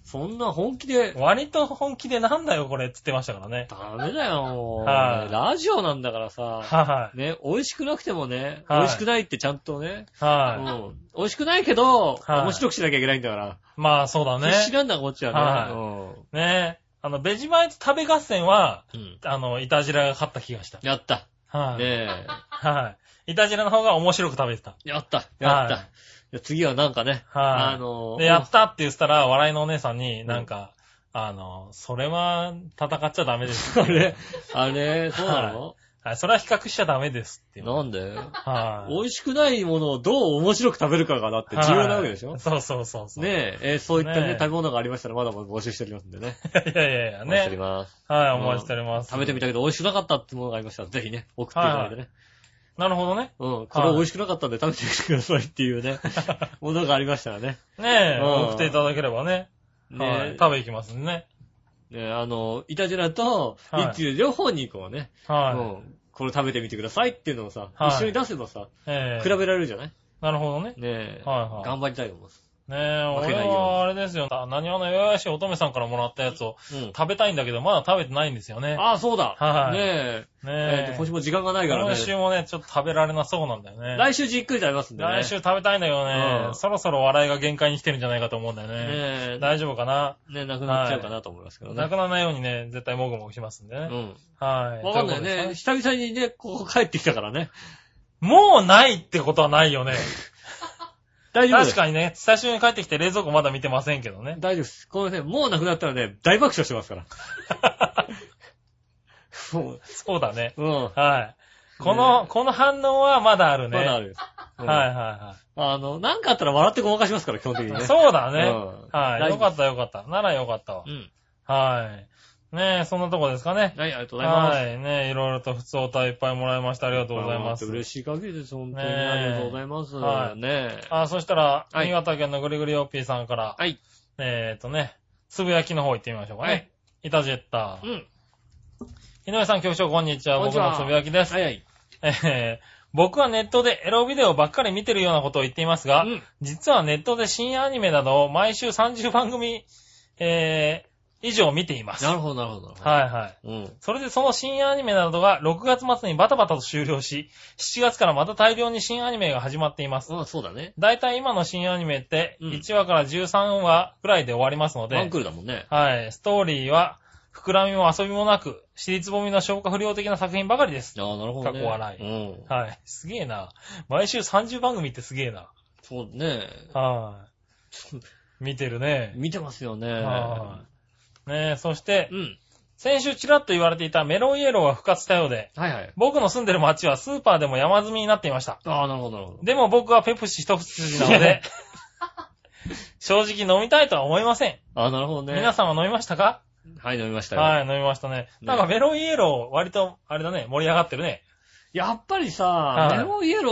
S2: そんな本気で
S3: い。、割と本気でなんだよこれって言ってましたからね。
S2: ダメだよ、もう。
S3: はい
S2: ラジオなんだからさ、
S3: はい。
S2: ね、美味しくなくてもね、
S3: はい
S2: 美味しくないってちゃんとね、う
S3: は
S2: ん美味しくないけど、
S3: はい
S2: 面白くしなきゃいけないんだから。
S3: い。まあそうだね。
S2: 必死なんだ、こっちはね。
S3: ねえ。あの、ベジマイト食べ合戦は、
S2: うんうん
S3: あの、イタジラが勝った気がした。
S2: やった。
S3: はい、
S2: ね
S3: はい。イタジラの方が面白く食べてた。
S2: え。やった。やっ
S3: は
S2: た
S3: い。
S2: じゃあ次はなんかね、
S3: はい
S2: あのー、
S3: で、やったって言ってたら、笑いのお姉さんに、なんか、 あの、それは戦っちゃダメです。
S2: あれ、あれ、そうなの
S3: はい、それは比較しちゃダメですっていう。
S2: なんで
S3: はい。
S2: 美味しくないものをどう面白く食べるかがだって重要なわけでしょ
S3: はいそうそうそうそう。
S2: ねえ、えーそういった
S3: ね
S2: ね
S3: え、
S2: 食べ物がありましたらまだまだ募集しておりますんでね。
S3: いやいやいや、
S2: お待ちしており
S3: ね。
S2: ます。
S3: はい、お待ちしております。
S2: 食べてみたけど美味しくなかったってものがありましたら、ぜひね、送っていただいてね。
S3: なるほどね。
S2: うん、これ美味しくなかったんで食べてみてくださいっていう ね、ものがありましたらね。
S3: ねえ、
S2: うん
S3: 送っていただければね。はい
S2: ね。
S3: 食べ行きますね。
S2: え、ねえあの、イタジラと、
S3: はい
S2: リッチで両方にこうね、
S3: は
S2: うんこれ食べてみてくださいっていうのをさ、
S3: はい
S2: 一緒に出せばさ、
S3: い。ええ
S2: 比べられるじゃない
S3: なるほどね。
S2: ねえ、
S3: はいはい
S2: 頑張りたいと思います。
S3: ねえ、
S2: 負け
S3: 俺
S2: ないように
S3: はあれですよ。あ何話の弱々しい乙女さんからもらったやつを
S2: うん。
S3: 食べたいんだけど、まだ食べてないんですよね。
S2: ああ、そうだ。
S3: はい
S2: ねえ、え
S3: ね
S2: ーと、
S3: え。
S2: 今週も時間がないからね
S3: 今。週もね、ちょっと食べられなそうなんだよね。
S2: 来週じっくり食べますんでね。
S3: 来週
S2: ね
S3: 食べたいんだけどね、
S2: うん
S3: そろそろ笑いが限界に来てるんじゃないかと思うんだよね。
S2: え、
S3: 大丈夫かな、
S2: ね、なくなっちゃうかなと思いますけどね。
S3: なくならないようにね、絶対もぐもぐしますんでね。
S2: うん。
S3: はい。
S2: わかんない
S3: ということ
S2: ね。
S3: です
S2: 久々にね、ここ帰ってきたからね。
S3: もうないってことはないよね。
S2: 大丈夫です
S3: 確。かにね、最初に帰ってきて冷蔵庫まだ見てませんけどね。
S2: 大丈夫です。このね、もうなくなったらね、大爆笑してますから。も
S3: そうだね。
S2: ううん。
S3: はい。この、
S2: ね
S3: この反応はまだあるね。
S2: まだある。うん
S3: はいはいは
S2: あの、なんかあったら笑ってごまかしますから、基本的に
S3: い。
S2: ね。
S3: そうだね。
S2: うん
S3: は
S2: 大
S3: い。
S2: 丈夫
S3: よかったよかった。ならよかったわ
S2: う。ん。
S3: はい。ねえ、そんなとこですかね。
S2: はい、ありがとうございます。
S3: はい。ねえ、いろいろと普通おたいっぱいもらいました。ありがとうございます。
S2: 嬉しい限りです、本当に。
S3: ねえ
S2: ありがとうございます。
S3: はい
S2: ねえ。
S3: あ、そしたら、
S2: はい
S3: 新潟県のぐりぐりおっぴーさんから、
S2: はい。
S3: えっ、ー、とね、つぶやきの方行ってみましょうかね。
S2: はい
S3: イタジェッタ
S2: う。ん。
S3: 井上さん、局長、こんにちは。
S2: こんに
S3: 僕
S2: ちは
S3: のつぶやきです。
S2: はいはい。
S3: えー僕はネットでエロビデオばっかり見てるようなことを言っていますが、
S2: うん
S3: 実はネットで新アニメなどを毎週30番組、えー、以上見ています。
S2: な
S3: はい
S2: るほど、なるほど。
S3: はい。
S2: うん。
S3: それでその新アニメなどが6月末にバタバタと終了し、7月からまた大量に新アニメが始まっています。
S2: うん、そうだね。
S3: 大体今の新アニメって、
S2: うん
S3: 1話から13話くらいで終わりますので、
S2: ワンクールだもんね。
S3: はい、ストーリーは、膨らみも遊びもなく、尻つぼみの消化不良的な作品ばかりです。
S2: ああ、なるほど、ね。
S3: 過去笑い
S2: うん。
S3: はい、すげえな。毎週30番組ってすげえな。
S2: そうね。
S3: はい。見てるね。
S2: 見てますよね。
S3: はい。ねえ、そして
S2: う、ん。
S3: 先週ちらっと言われていたメロンイエローは復活したようで、
S2: はいはい。
S3: 僕の住んでる町はスーパーでも山積みになっていました。
S2: ああ、なるほど、なるほど。
S3: でも僕はペプシ一筋なので、 正直飲みたいとは思いません。
S2: ああ、なるほどね。
S3: 皆さんは飲みましたか
S2: はい、飲みましたよ。
S3: はい、飲みましたね。なんかメロンイエロー、割と、あれだね、盛り上がってるね。
S2: やっぱりさ、
S3: はい
S2: メロンイエロ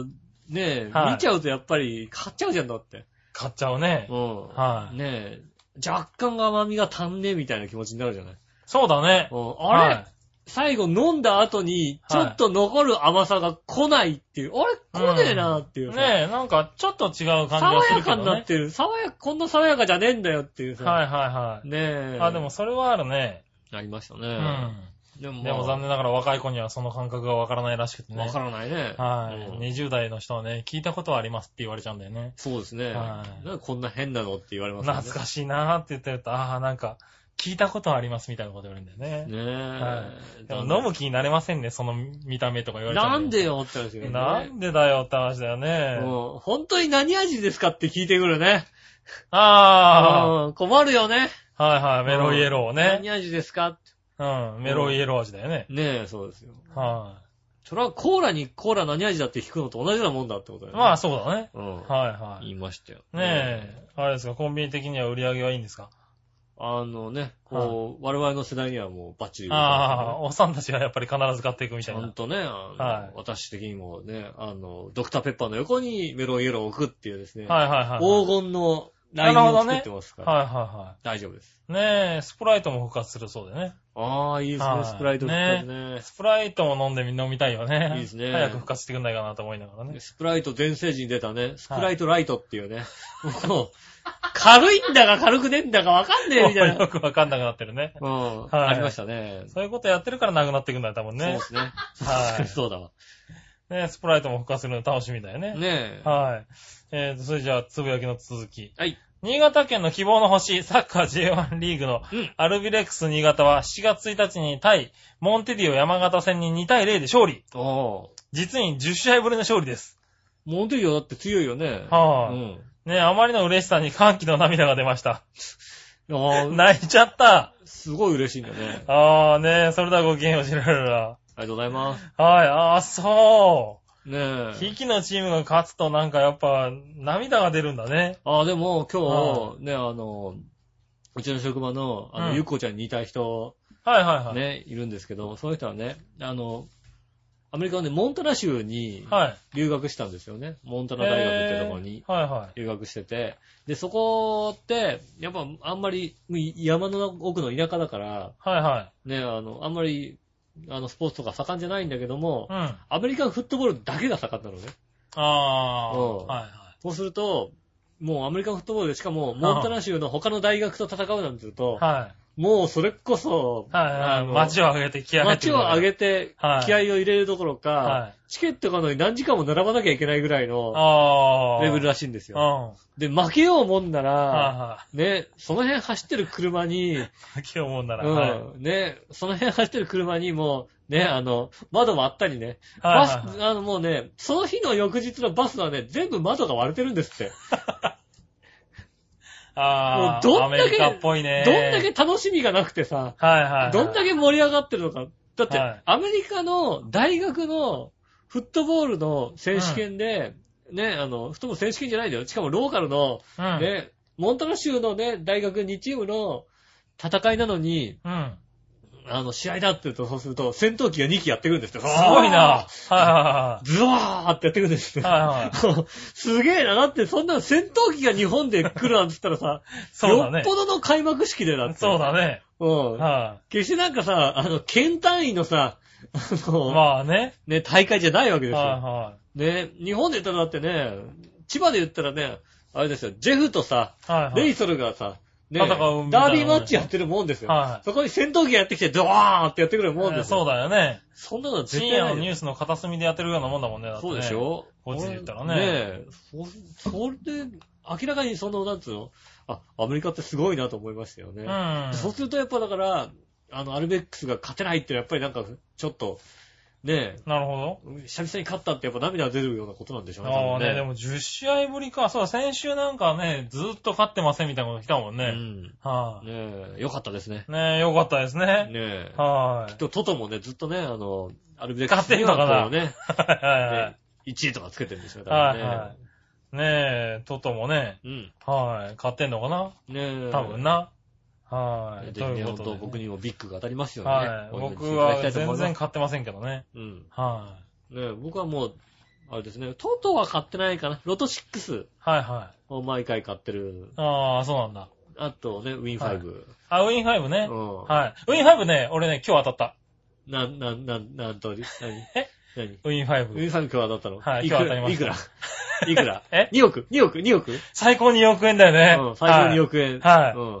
S2: ー、ねえ、
S3: はい
S2: 見ちゃうとやっぱり買っちゃうじゃんだって。
S3: 買っちゃうね
S2: う。ん。
S3: はい
S2: ねえ、若干甘みが足んねえみたいな気持ちになるじゃない。
S3: そうだね
S2: う。ん、あれ、
S3: はい
S2: 最後飲んだ後に、ちょっと残る甘さが来ないっていう、あれ来ねえなっていうさ、
S3: ねえ、なんかちょっと違う感じが
S2: 爽
S3: す
S2: や
S3: るけ
S2: か
S3: ど
S2: に
S3: ね。
S2: なってる。爽やか、こんな爽やかじゃねえんだよっていうさ。
S3: はいはい
S2: ね
S3: は
S2: え。
S3: い。あ、でも、それはあるね。
S2: なりました
S3: う
S2: ね。
S3: ん。
S2: でも、ま
S3: で
S2: あ
S3: も残念ながら若い子にはその感覚がわからないらしくてね
S2: わか。らないね。
S3: はい。
S2: うん
S3: 20代の人はね、聞いたことはありますって言われちゃうんだよね。
S2: そうですね。
S3: は
S2: ないんでこんな変なのって言われますよね。
S3: 懐かしいなーって言ってると、ああ、なんか、聞いたことはありますみたいなこと言われるんだよね。
S2: ね
S3: は
S2: え。
S3: でも飲む気になれませんね、その見た目とか言われちゃう。
S2: なんでよって話だよね。
S3: なんでだよって話だよね。
S2: もう、本当に何味ですかって聞いてくるね。
S3: あ
S2: うん困るよね。
S3: あ、はいはい、メロイエローね。
S2: 何味ですか
S3: うん、メロイエロー味だよね。
S2: ねえ、そうですよ。
S3: は
S2: それはコーラにコーラ何味だって聞くのと同じようなもんだってことだ
S3: い。
S2: よね。
S3: まあ、そうだね。
S2: うん。
S3: はいは
S2: 言
S3: い。
S2: いましたよ。
S3: ねえ、あれですか、コンビニ的には売り上げはいいんですか
S2: あのね、こう、我々の世代にはもうバッチリ。
S3: ああ、おっさんたちがやっぱり必ず買っていくみ
S2: ち
S3: たい
S2: ゃん
S3: な。
S2: とね、あの
S3: はい
S2: 私的にもね、あの、ドクターペッパーの横にメロンイエローを置くっていうですね、
S3: はいはいはい。
S2: 黄金のラインを作ってますから、
S3: はいはいは
S2: 大丈夫です。
S3: い。ねえ、スプライトも復活するそうでね。
S2: ああ、いいです
S3: はい
S2: ね、スプライト使ってね。
S3: スプライトも飲んでみ飲みたいよね。
S2: いいですね
S3: 早く復活してくんないかなと思いながらね。
S2: スプライト全盛時に出たね、スプライトライトっていうね、もう、軽いんだか軽くねえんだかわかんねえみたいな。
S3: よくわかんなくなってるね。
S2: うん、
S3: はい
S2: ありましたね。
S3: そういうことやってるからなくなってくんだよ、多分ね
S2: そうで。すね。
S3: はい
S2: そうだわ。
S3: ねスプライトも復活するの楽しみだよね。
S2: ねえ。
S3: はい。えーと、それじゃあ、つぶやきの続き。
S2: はい。
S3: 新潟県の希望の星、サッカー J1 リーグの
S2: うん
S3: アルビレックス新潟は7月1日に対モンテディオ山形戦に2対0で勝利。
S2: ああ。
S3: 実に10試合ぶりの勝利です。
S2: モンテリオだって強いよね。
S3: は
S2: う
S3: い、
S2: ん。
S3: ねあまりの嬉しさに歓喜の涙が出ました。
S2: ああ、
S3: 泣いちゃった。
S2: すごい嬉しいんだね。
S3: あーねそれではごきげんよう、しららら。
S2: りがとうございます。
S3: はい、ああ、そ
S2: ね
S3: う。
S2: え。
S3: ひきのチームが勝つとなんかやっぱ涙が出るんだね。
S2: あ、でも今
S3: は
S2: 日、ね、あの、うちの職場の、あ
S3: う
S2: の、
S3: ん
S2: ゆっこちゃんに似た人、
S3: はいはいはい。
S2: ね、いるんですけど、その人はね、あの、アメリカのね、モンタナ州に
S3: はい。
S2: 留学したんですよね。モンタナ大学ってところに
S3: えーはいはい。
S2: 留学してて。で、そこって、やっぱあんまり、山の奥の田舎だから、
S3: はいはい。
S2: ね、あの、あんまり、あの、スポーツとか盛んじゃないんだけども
S3: う、ん。あ
S2: アメリカンフットボールだけが盛んなのね。
S3: あー。
S2: うん
S3: はいはい。
S2: そうすると、もうアメリカンフットボールでしかも、モンタナ州の他の大学と戦うなんて言うと、
S3: はい。
S2: もうそれこそ、
S3: はい
S2: あ
S3: はい。
S2: の
S3: 街を上げて、気合
S2: 街を上げ
S3: て。
S2: て
S3: はい、
S2: 気合を入れるどころか、
S3: はい
S2: チケット買うのに何時間も並ばなきゃいけないぐらいの
S3: ああ。
S2: レベル
S3: だ。
S2: らしいんです
S3: うん。
S2: よ。
S3: は
S2: で、負けようもんないら、
S3: は
S2: ね、その辺走ってる車に、
S3: い。 今日思うなら。
S2: うん
S3: はい。はい
S2: ね、その辺走ってる車にもう、ね、あの、窓もあったりね、バス
S3: は、い。
S2: あのもうね、その日の翌日のバスはね、全部窓が割れてるんですって。もう
S3: ああ。
S2: ど
S3: ア
S2: ん
S3: メ
S2: だけ
S3: リカっぽいね。
S2: どんだけ楽しみがなくてさ、
S3: はいはいはい。
S2: どんだけ盛り上がってるのか。だって
S3: はい、
S2: アメリカの大学のフットボールの選手権で、ね、あの、フットボール選手権じゃないんだよ。しかもローカルの、
S3: うん。
S2: ね、モンタナ州のね、大学2チームの戦いなのに、
S3: うん。
S2: あの、試合だって言うと、そうすると、戦闘機が2機やってくるんですよ。す
S3: すごいな。は
S2: ズワーってやってくるんです
S3: いはいはい。
S2: よ。
S3: はいはい。
S2: すげえな。だって、そんな戦闘機が日本で来るなんて言ったらさ、
S3: そうだ
S2: よ
S3: ね
S2: っ。ぽどの開幕式でだって。
S3: そうだね。
S2: うん。
S3: は
S2: 決してなんかさ、あの、県単位のさ、あ
S3: い。
S2: の、
S3: まあね。
S2: ね、大会じゃないわけですよ。
S3: は
S2: ね、日本で言ったらだってね、千葉で言ったらね、あれですよ、ジェフとさ、
S3: いはい。はいは
S2: レ
S3: い。
S2: イソルがさ、ね、
S3: 戦
S2: ダ
S3: うみたいなもんね
S2: ービーマッチやってるもんですよ。
S3: はい
S2: そこに戦闘機がやってきて、ドワーンってやってくるもん
S3: えー
S2: ですよ。
S3: そうだよね。
S2: そんなの絶
S3: 深
S2: 対
S3: 夜
S2: な
S3: の
S2: い
S3: ニュースの片隅でやってるようなもんだもんね。だってね
S2: そうでしょ
S3: こっちで言ったらね
S2: えそ、それで、明らかにその、なんつうの、あ、アメリカってすごいなと思いましたよね。
S3: うん。
S2: そうするとやっぱだから、あの、アルベックスが勝てないってやっぱりなんか、ちょっと、ね
S3: なるほ
S2: え、久々に勝ったってやっぱ涙が出るようなことなんでしょう
S3: ど。
S2: ね。
S3: ああ
S2: 多分
S3: ね、でも10試合ぶりか。そうだ、先週なんかね、ずーっと勝ってませんみたいなこと来たもんね。は
S2: うん。ねえ、よかったですね。
S3: い。ねえ、よかったです
S2: ね
S3: ね。
S2: え。
S3: は
S2: きっとトトもね、ずっとね、あの、アルベックス
S3: 勝ってんのかな
S2: こうね、
S3: い。はいはいは
S2: ね1位とかつけてるんですよ、
S3: い。
S2: 多
S3: は
S2: 分
S3: い
S2: ね。
S3: はい。ねえ、トトもね、
S2: うん。
S3: はい、勝ってんのかな
S2: ねえ。
S3: 多分な。はい。
S2: ぜ
S3: と
S2: ひ
S3: い
S2: ね、
S3: うこ
S2: 本
S3: と
S2: 当
S3: で
S2: 僕にもビッグが当たりますようにね。
S3: はい。
S2: お祈りして
S3: 僕
S2: いただ
S3: は
S2: きたいと思い
S3: 全
S2: ま
S3: 然
S2: す。
S3: 勝ってませんけどね。
S2: うん。
S3: は
S2: ねえ僕はもう、あれですね、トトは買ってないかな。ロト6
S3: い。はいはい。
S2: を毎回買ってる
S3: ああ、そうなんだ。
S2: あとね、ウィン
S3: はい
S2: 5。
S3: あ、ウィン5ね。
S2: う
S3: はい。ウィン5ね、俺ね、今日当たっ
S2: ん。
S3: た。
S2: な、な、な、なんとり何
S3: え
S2: 何
S3: ウ
S2: ウィ
S3: ィン
S2: ン5
S3: 5。
S2: 今日当たったの
S3: はい
S2: くら
S3: 今日当たりました
S2: いくらいくら
S3: え
S2: ?2 億 ?2 億 ?2 億
S3: 最高2億円だよね。
S2: うん。最高2
S3: 億
S2: 億円。
S3: はい
S2: うん。
S3: 円。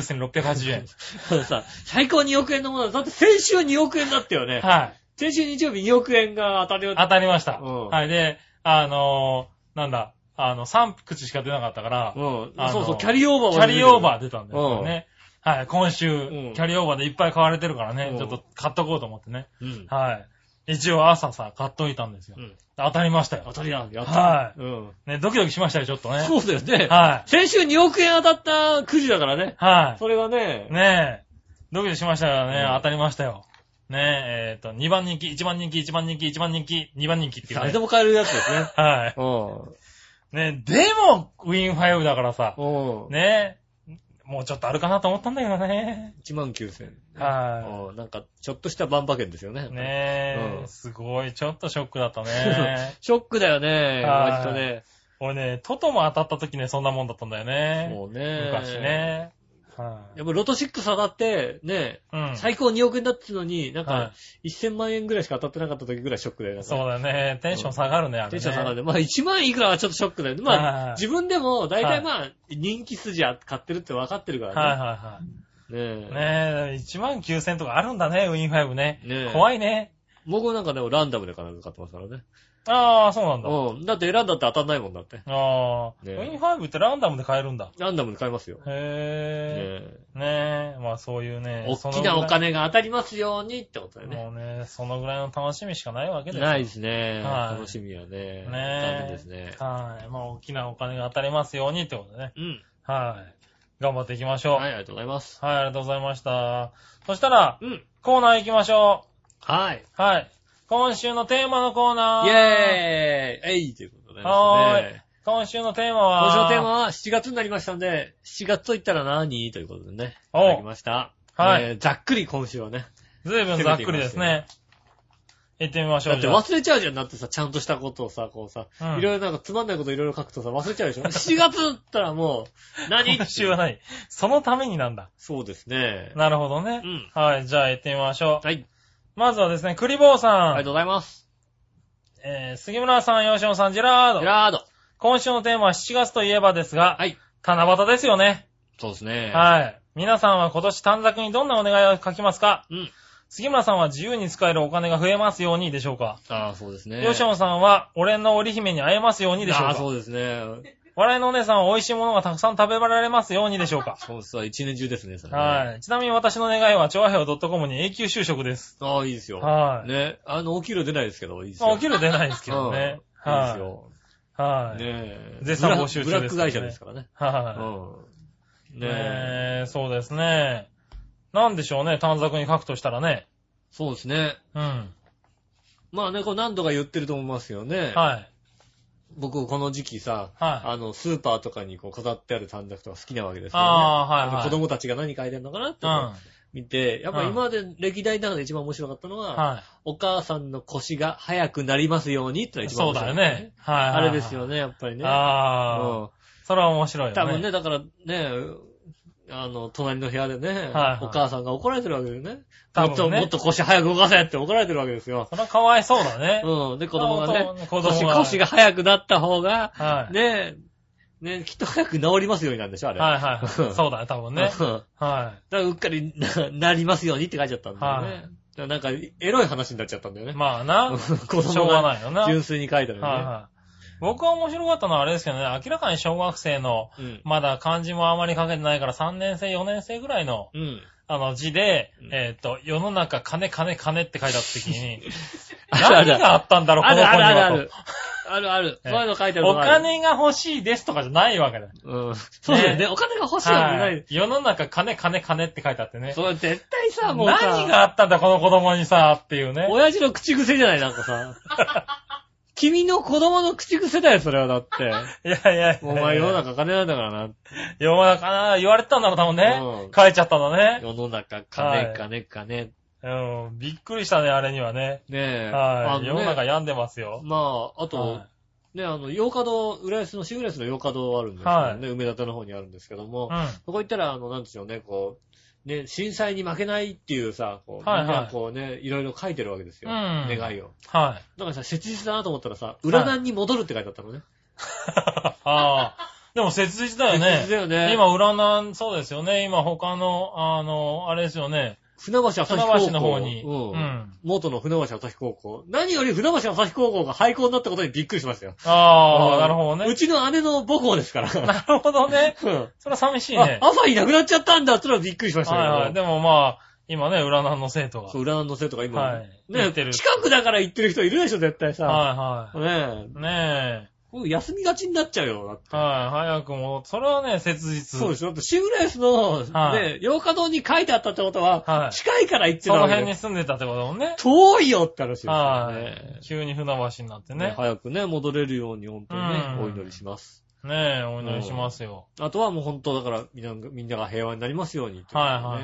S3: 19,680円。
S2: あのさ、最高2億円のものだ。だって先週2億円だったよね。
S3: はい。
S2: 先週日曜日2億円が当たるよ。
S3: 当たりました。
S2: うん
S3: はい。で、あのー、なんだ、あの、3口しか出なかったから
S2: う、ん。
S3: あの
S2: そうそう、キャリーオーバー
S3: キャリーオー
S2: ー。
S3: バー出たんですよね。はい。今
S2: う
S3: 週
S2: ん、
S3: キャリーオーバーでいっぱい買われてるから
S2: う
S3: ね
S2: ん、
S3: ちょっと買っとこうと思ってね。
S2: うん。
S3: はい。一応朝さ、買っといたんですよ
S2: う。ん
S3: 当たりましたよ
S2: 当。たりだ。やった。
S3: は
S2: うん。
S3: ね、ドキドキしましたよ、ちょっとね。
S2: そうだよね。
S3: は
S2: 先週2億円当たったくじだからね
S3: い。。は
S2: それがね
S3: い。、ねえ。ドキドキしましたからね、
S2: うん
S3: 当たりましたよ。ねえ、えっ、と、2番人気、1番人気、1番人気、1番人気、2番人気っていう、
S2: 誰
S3: ね
S2: で。も買えるやつですね。
S3: は
S2: うん。
S3: い。ねえ、でも、ウィン5だからさ、
S2: うん。
S3: ねえ、もうちょっとあるかなと思ったんだけどね。
S2: 1万9000。
S3: は
S2: うんなんか、ちょっとした万馬券ですよね。
S3: い。ねえ、
S2: うん
S3: すごい、ちょっとショックだった
S2: 。
S3: ね
S2: ショックだよね、
S3: はい
S2: 割とね。
S3: 俺ね、トトも当たった時ね、そんなもんだったんだよね。
S2: もうね。
S3: 昔。ね。はい
S2: やっぱロト6当たって、ね、
S3: うん。
S2: 最高2億円だってのに、なん
S3: は
S2: か、1000万円ぐらいしか当たってなかった時ぐらいショックだよね。
S3: そうだよね。テンション下がるね、あれね。
S2: テンション下がるね。まあ1万いくらはちょっとショックだよね。ま
S3: はい
S2: あ、自分でも、大体まあ、人気筋は買ってるって分かってるか
S3: はい
S2: ら
S3: は
S2: ね。ね
S3: いはい。ねえ、1万9000とかあるんだね、ウィン5ね。
S2: え。ねえ。
S3: 怖いね。
S2: 僕なんかでもランダムで必ず買ってますからね。
S3: ああ、そうなんだ。あ
S2: うん。だって選んだって当たんないもんだって。
S3: あ、
S2: ね
S3: ウィン5ってランダムで買えるんだ。
S2: ランダムで買いますよ。ね
S3: へ
S2: え。
S3: え。ねえ、まあそういうね。
S2: 大
S3: その
S2: き
S3: ぐら
S2: ないお金が当たりますようにってことだよね。
S3: もうね、そのぐらいの楽しみしかないわけですよ
S2: ないですね。
S3: はい
S2: 楽しみはね。
S3: ねえ
S2: 残念ですね。
S3: はい。まあ大きなお金が当たりますようにってことでね。
S2: うん。
S3: はい。頑張っていきましょう。
S2: は、
S3: はいい、
S2: ありがとうございます。
S3: ありがとうございました。そしたら、
S2: うん。
S3: コーナー行きましょう。
S2: はい。
S3: はい。今週のテーマのコーナー。
S2: イェーイえいということでです
S3: はーい
S2: ね。
S3: 今週のテーマは
S2: 今週のテーマは7月になりましたんで、7月と言ったら何ということでね。い
S3: お
S2: ただきました。
S3: はい
S2: えーざっくり今週はね。
S3: ずいぶんざっくりですね。行ってみましょう。
S2: だって忘れちゃうじゃん。だってさ、ちゃんとしたことをさ、こうさ、
S3: うん
S2: いろいろなんかつまんないこといろいろ書くとさ、忘れちゃうでしょ ?7 月だったらも う、何
S3: 今週はない。そのためになんだ。
S2: そうですね。
S3: なるほどね
S2: う。ん。
S3: はい、じゃあ行ってみましょう。
S2: はい。
S3: まずはですね、クリボー
S2: あり
S3: さ
S2: が
S3: ん
S2: と、うございます。
S3: えー、杉村さん、吉野さん、ジェラー
S2: ジェ
S3: ド。
S2: ラード。
S3: 今週のテーマは7月といえばですが、
S2: はい。
S3: 七夕ですよね。
S2: そうですね。
S3: はい。皆さんは今年短冊にどんなお願いを書きますか
S2: うん。
S3: 杉村さんは自由に使えるお金が増えますようにでしょうか
S2: ああ、そうですね。
S3: 吉野さんは俺の織姫に会えますようにでしょう
S2: ああ、
S3: か
S2: そうですね。
S3: 笑いのお姉さんは美味しいものがたくさん食べられますようにでしょうか
S2: そうそう、一年中ですね、それね。
S3: はい。ちなみに私の願いは、調和表 .com に永久就職です。
S2: ああ、いいですよ。
S3: はい。
S2: ね。あの、お給料出ないですけど、いいです
S3: まあ
S2: よ。
S3: お給料出ないですけどね。
S2: うんいいです
S3: は
S2: よ。
S3: い。はい。
S2: ねえ。
S3: 絶賛募集中
S2: ブラッ
S3: です
S2: ク
S3: か
S2: 会
S3: らね
S2: 社ですからね。
S3: は
S2: うん。
S3: い。
S2: ねえ。
S3: ねえ、そうですね。なんでしょうね、短冊に書くとしたらね。
S2: そうですね。
S3: うん。
S2: まあね、これ何度か言ってると思いますよね。
S3: はい。
S2: 僕、この時期さ、
S3: はい。
S2: あの、スーパーとかにこう飾ってある短冊とか好きなわけですよね。
S3: あ
S2: あ
S3: あ、
S2: の
S3: はい。はい
S2: 子供たちが何書いてるのかなって
S3: うん。
S2: 見て、やっぱ
S3: うん
S2: 今まで歴代の中で一番面白かったのは、
S3: は
S2: お母さんの腰が早くなりますようにってのが
S3: い。
S2: 一番
S3: そう
S2: 面白
S3: だ
S2: い、
S3: よね。はい。
S2: あれですよ
S3: ね。
S2: ね、やっぱりね。
S3: ああ、それは面白い
S2: うん
S3: よね。
S2: 多分ね、だからね、あの、隣の部屋でね、
S3: はい
S2: お母さんが怒られてるわけでね。
S3: 多
S2: もっと、
S3: 分ね
S2: もっと腰早く動かせって怒られてるわけですよ。
S3: それはかわいそうだね。
S2: うん。で、子供がね、
S3: 子供
S2: 腰
S3: が。
S2: 腰が早くなった方が、
S3: はい。
S2: ねえ、ねえ、きっと早く治りますようになんでしょ、あれ。
S3: はいはい。
S2: うん
S3: そうだね、多分
S2: うん
S3: ね
S2: だ。か
S3: は
S2: ら、うっかりななりますようにって書いちゃったんだよね。
S3: はい
S2: だからなんか、エロい話になっちゃったんだよ
S3: い。
S2: ね。
S3: まあ な。
S2: 子
S3: しょうが
S2: 供
S3: ないよな。
S2: が純粋に書いたのにね。
S3: はいはい。僕は面白かったのはあれですけどね、明らかに小学生の、
S2: うん。
S3: まだ漢字もあまり書けてないから3年生、4年生ぐらいの、
S2: うん。
S3: あの字で
S2: うん、
S3: えっと、世の中金金金って書いてあった時に、
S2: あるあ
S3: 何
S2: る
S3: があったんだろう、こ
S2: あ
S3: の
S2: るあ
S3: 子
S2: る
S3: に
S2: あるあ
S3: は
S2: る。あるある。
S3: え
S2: そういうの書いてある
S3: と。お
S2: のがある。
S3: 金が欲しいですとかじゃないわけだ。
S2: うん。そうだよね。お金が欲しいわけな
S3: はいい。。世の中金金金って書いてあってね。
S2: そう、絶対さ、もうさ、
S3: 何があったんだ、この子供にさ、っていうね。
S2: 親父の口癖じゃない、なんか さ。君の子供の口癖だよ、それはだって。
S3: いやいやいや。
S2: お前世の中金なんだからな。
S3: 世の中な、言われてたんだろう、多
S2: う
S3: 分ね
S2: ん。
S3: 書いちゃったのね。
S2: 世の中
S3: は
S2: 金、
S3: い
S2: 金、金。
S3: うん、びっくりしたね、あれにはね。
S2: ねえ。あ
S3: はい。
S2: ね
S3: 世の中病んでますよ。
S2: まあ、あと
S3: は、
S2: ね、あの、洋華堂、浦安のシグレスの洋華堂あるんですけどね、梅田の方にあるんですけども
S3: う、ん。
S2: そこ行ったら、あの、なんでしょうね、こう、ね、震災に負けないっていうさ、こう、
S3: はいは
S2: み
S3: い
S2: んなこうね、いろいろ書いてるわけですよ。
S3: うん
S2: 願いを。
S3: はい。
S2: だからさ、切実だなと思ったらさ、裏段に戻るって書いてあったのね。
S3: ああ。でも切実だよ
S2: 切実だ
S3: ね。
S2: よね。、
S3: 今、占い、そうですよね。今、他の、あの、あれですよね。
S2: 船橋朝
S3: 船
S2: 日高校。
S3: 橋の方に。う
S2: うん。
S3: ん。
S2: 元の船橋朝日高校。何より船橋朝日高校が廃校になったことにびっくりしましたよ。
S3: あ
S2: う
S3: あ、
S2: ん
S3: なるほど
S2: う
S3: ね。
S2: ちの姉の母校ですから。
S3: なるほどね。
S2: うん
S3: それは寂しい
S2: あ
S3: ね。
S2: 朝日なくなっちゃったんだってのはびっくりしましたよ。
S3: はいはい。でもまあ、今ね、占いの生徒が。
S2: そう、裏のせとか今、
S3: はい
S2: ね
S3: 行って、る
S2: 近くだから行ってる人いるでしょ、絶対さ。
S3: は
S2: ねえ
S3: いはい。ね
S2: こう休みがちになっちゃうよ、だって
S3: え。はい。早くも、それはね、切実。
S2: そうでしょだってシングレースの、
S3: はい
S2: ね、洋華堂に書いてあったってことは、
S3: はい
S2: 近いから行って
S3: そ
S2: た
S3: の
S2: わけ
S3: 辺に
S2: よ
S3: 住んでたってことだもんね。
S2: 遠いよって話ですよ
S3: は
S2: ね
S3: い。。急に船橋になって
S2: ね
S3: ね。
S2: 早くね、戻れるように本当にね、
S3: うん
S2: お祈りします。
S3: ねえ、お祈りしますよ。
S2: あとはもう本当だから、みんながみんなが平和になりますようにっていうね、
S3: はいはいはい。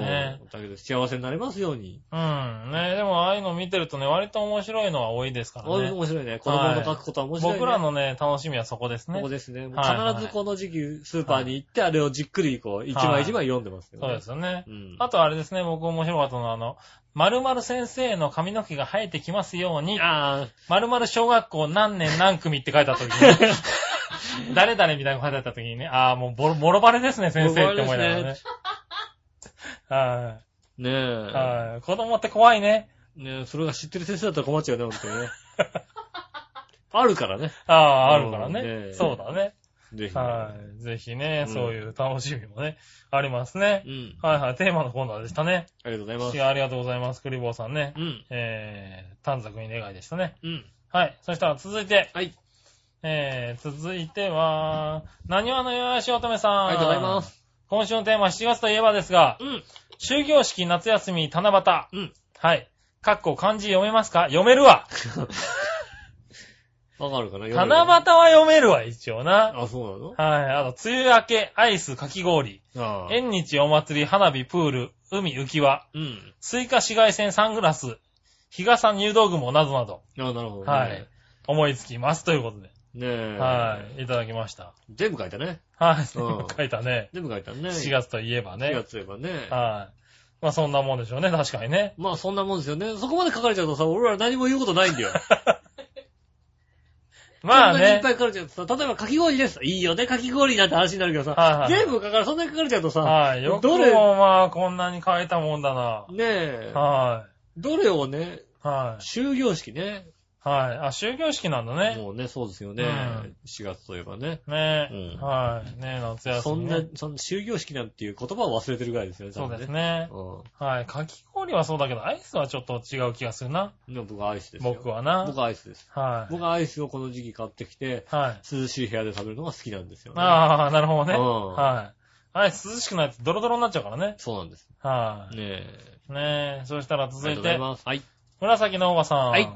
S3: ね
S2: うん。だけど幸せになれますように。
S3: うん。ねでもああいうの見てるとね、割と面白いのは多いですからね。
S2: 面白いね。子供の書くことは面白い、ね
S3: 僕らのね、楽しみはそこですね。
S2: ここですね。
S3: はいはい
S2: 必ずこの時期、スーパーに行って、あれをじっくり、こう、一枚一枚読んでますよ、ね
S3: そうですよね。
S2: うん。
S3: あとあれですね、僕面白かったのは、あの、〇〇先生の髪の毛が生えてきますように、
S2: あ
S3: 〇〇小学校何年何組って書いてあった時に、 誰々みたいなのが書いてあった時にね、ああ、もうボロ、ボロバレですね、先生って思いながらね。は
S2: あ、ねえ。
S3: い。はい。子供って怖いね。
S2: ねえ、それが知ってる先生だったら困っちゃうね、本当にね。 あるからね。
S3: ああ、あるから
S2: うんね
S3: ね。そうだね。
S2: ぜひ、ね。
S3: はい。ぜひね、
S2: うん
S3: そういう楽しみもね、ありますね。
S2: うん。
S3: はいはい。テーマのコーナーでしたね。
S2: ありがとうござ
S3: い
S2: いま
S3: や、ありがとうございます。クリボーさんね
S2: す。う。ん。
S3: えー、短冊に願いでしたね。
S2: うん。
S3: はい。そしたら続いて、
S2: はい。
S3: えー、続いては、なにわのよやしおとめさん。。
S2: ありがとうございますす。
S3: 今週のテーマ、7月といえばですが
S2: う、ん。
S3: 終業式、夏休み、七夕。
S2: うん。
S3: はい。かっこ漢字読めますか読めるわ。
S2: わかるかな
S3: 七夕は読めるわ、一応な。
S2: あ、そうなの
S3: はい。あと、梅雨明け、アイス、かき氷。
S2: ああ。
S3: 縁日、お祭り、花火、プール、海、浮き輪。
S2: うん。
S3: スイカ、紫外線、サングラス。日傘、入道雲、などなど。
S2: あなるほどね。
S3: はい。思いつきます。ということで。
S2: ねえ。
S3: はい。いただきました。
S2: い。全部書いたね。
S3: はい。
S2: うん
S3: 書いたね。
S2: 全部書いたね。
S3: 4月といえば
S2: 4
S3: ね。
S2: 月といえばね。
S3: はい。まあそんなもんでしょうね、確かにね。
S2: まあそんなもんですよね。そこまで書かれちゃうとさ、俺ら何も言うことないんだよ。
S3: まあ
S2: そんなにいっ
S3: ね
S2: ぱ。い書かれちゃうとさ、例えばかき氷です。いいよね、かき氷なんて話になるけど
S3: はい
S2: さ
S3: は、い
S2: 全部書かれ、そんなに書かれちゃうとさ、
S3: はい。よく
S2: どれ
S3: もまあこんなに変えたもんだな。
S2: ねえ、
S3: は
S2: どれをね、
S3: い。はい。
S2: 終業式ね。
S3: はい。あ、終業式なんだね。
S2: もうね、そうですよね
S3: うん。
S2: 4月といえばね。
S3: ね
S2: うん
S3: はい。ね夏
S2: そ
S3: 休み
S2: んな、
S3: ね。
S2: その終業式なんていう言葉を忘れてるぐらいですよね、多
S3: そう
S2: 分
S3: です。ね。
S2: う
S3: はい。かき氷はそうだけど、アイスはちょっと違う気がするな。
S2: ん。でも僕はアイスですよ。
S3: 僕はな。
S2: 僕はアイスです。
S3: はい。
S2: 僕はアイスをこの時期買ってきて、
S3: はい。
S2: 涼しい部屋で食べるのが好きなんですよね。
S3: ああ、なるほどね。
S2: うん
S3: はい。アイス涼しくないとドロドロになっちゃうからね。
S2: そうなんです。
S3: は
S2: ねえ。
S3: い。ねえ、そしたら続
S2: ありがと
S3: いう
S2: ございま
S3: て、
S2: す。はい。
S3: 紫のおばさん。
S2: はい。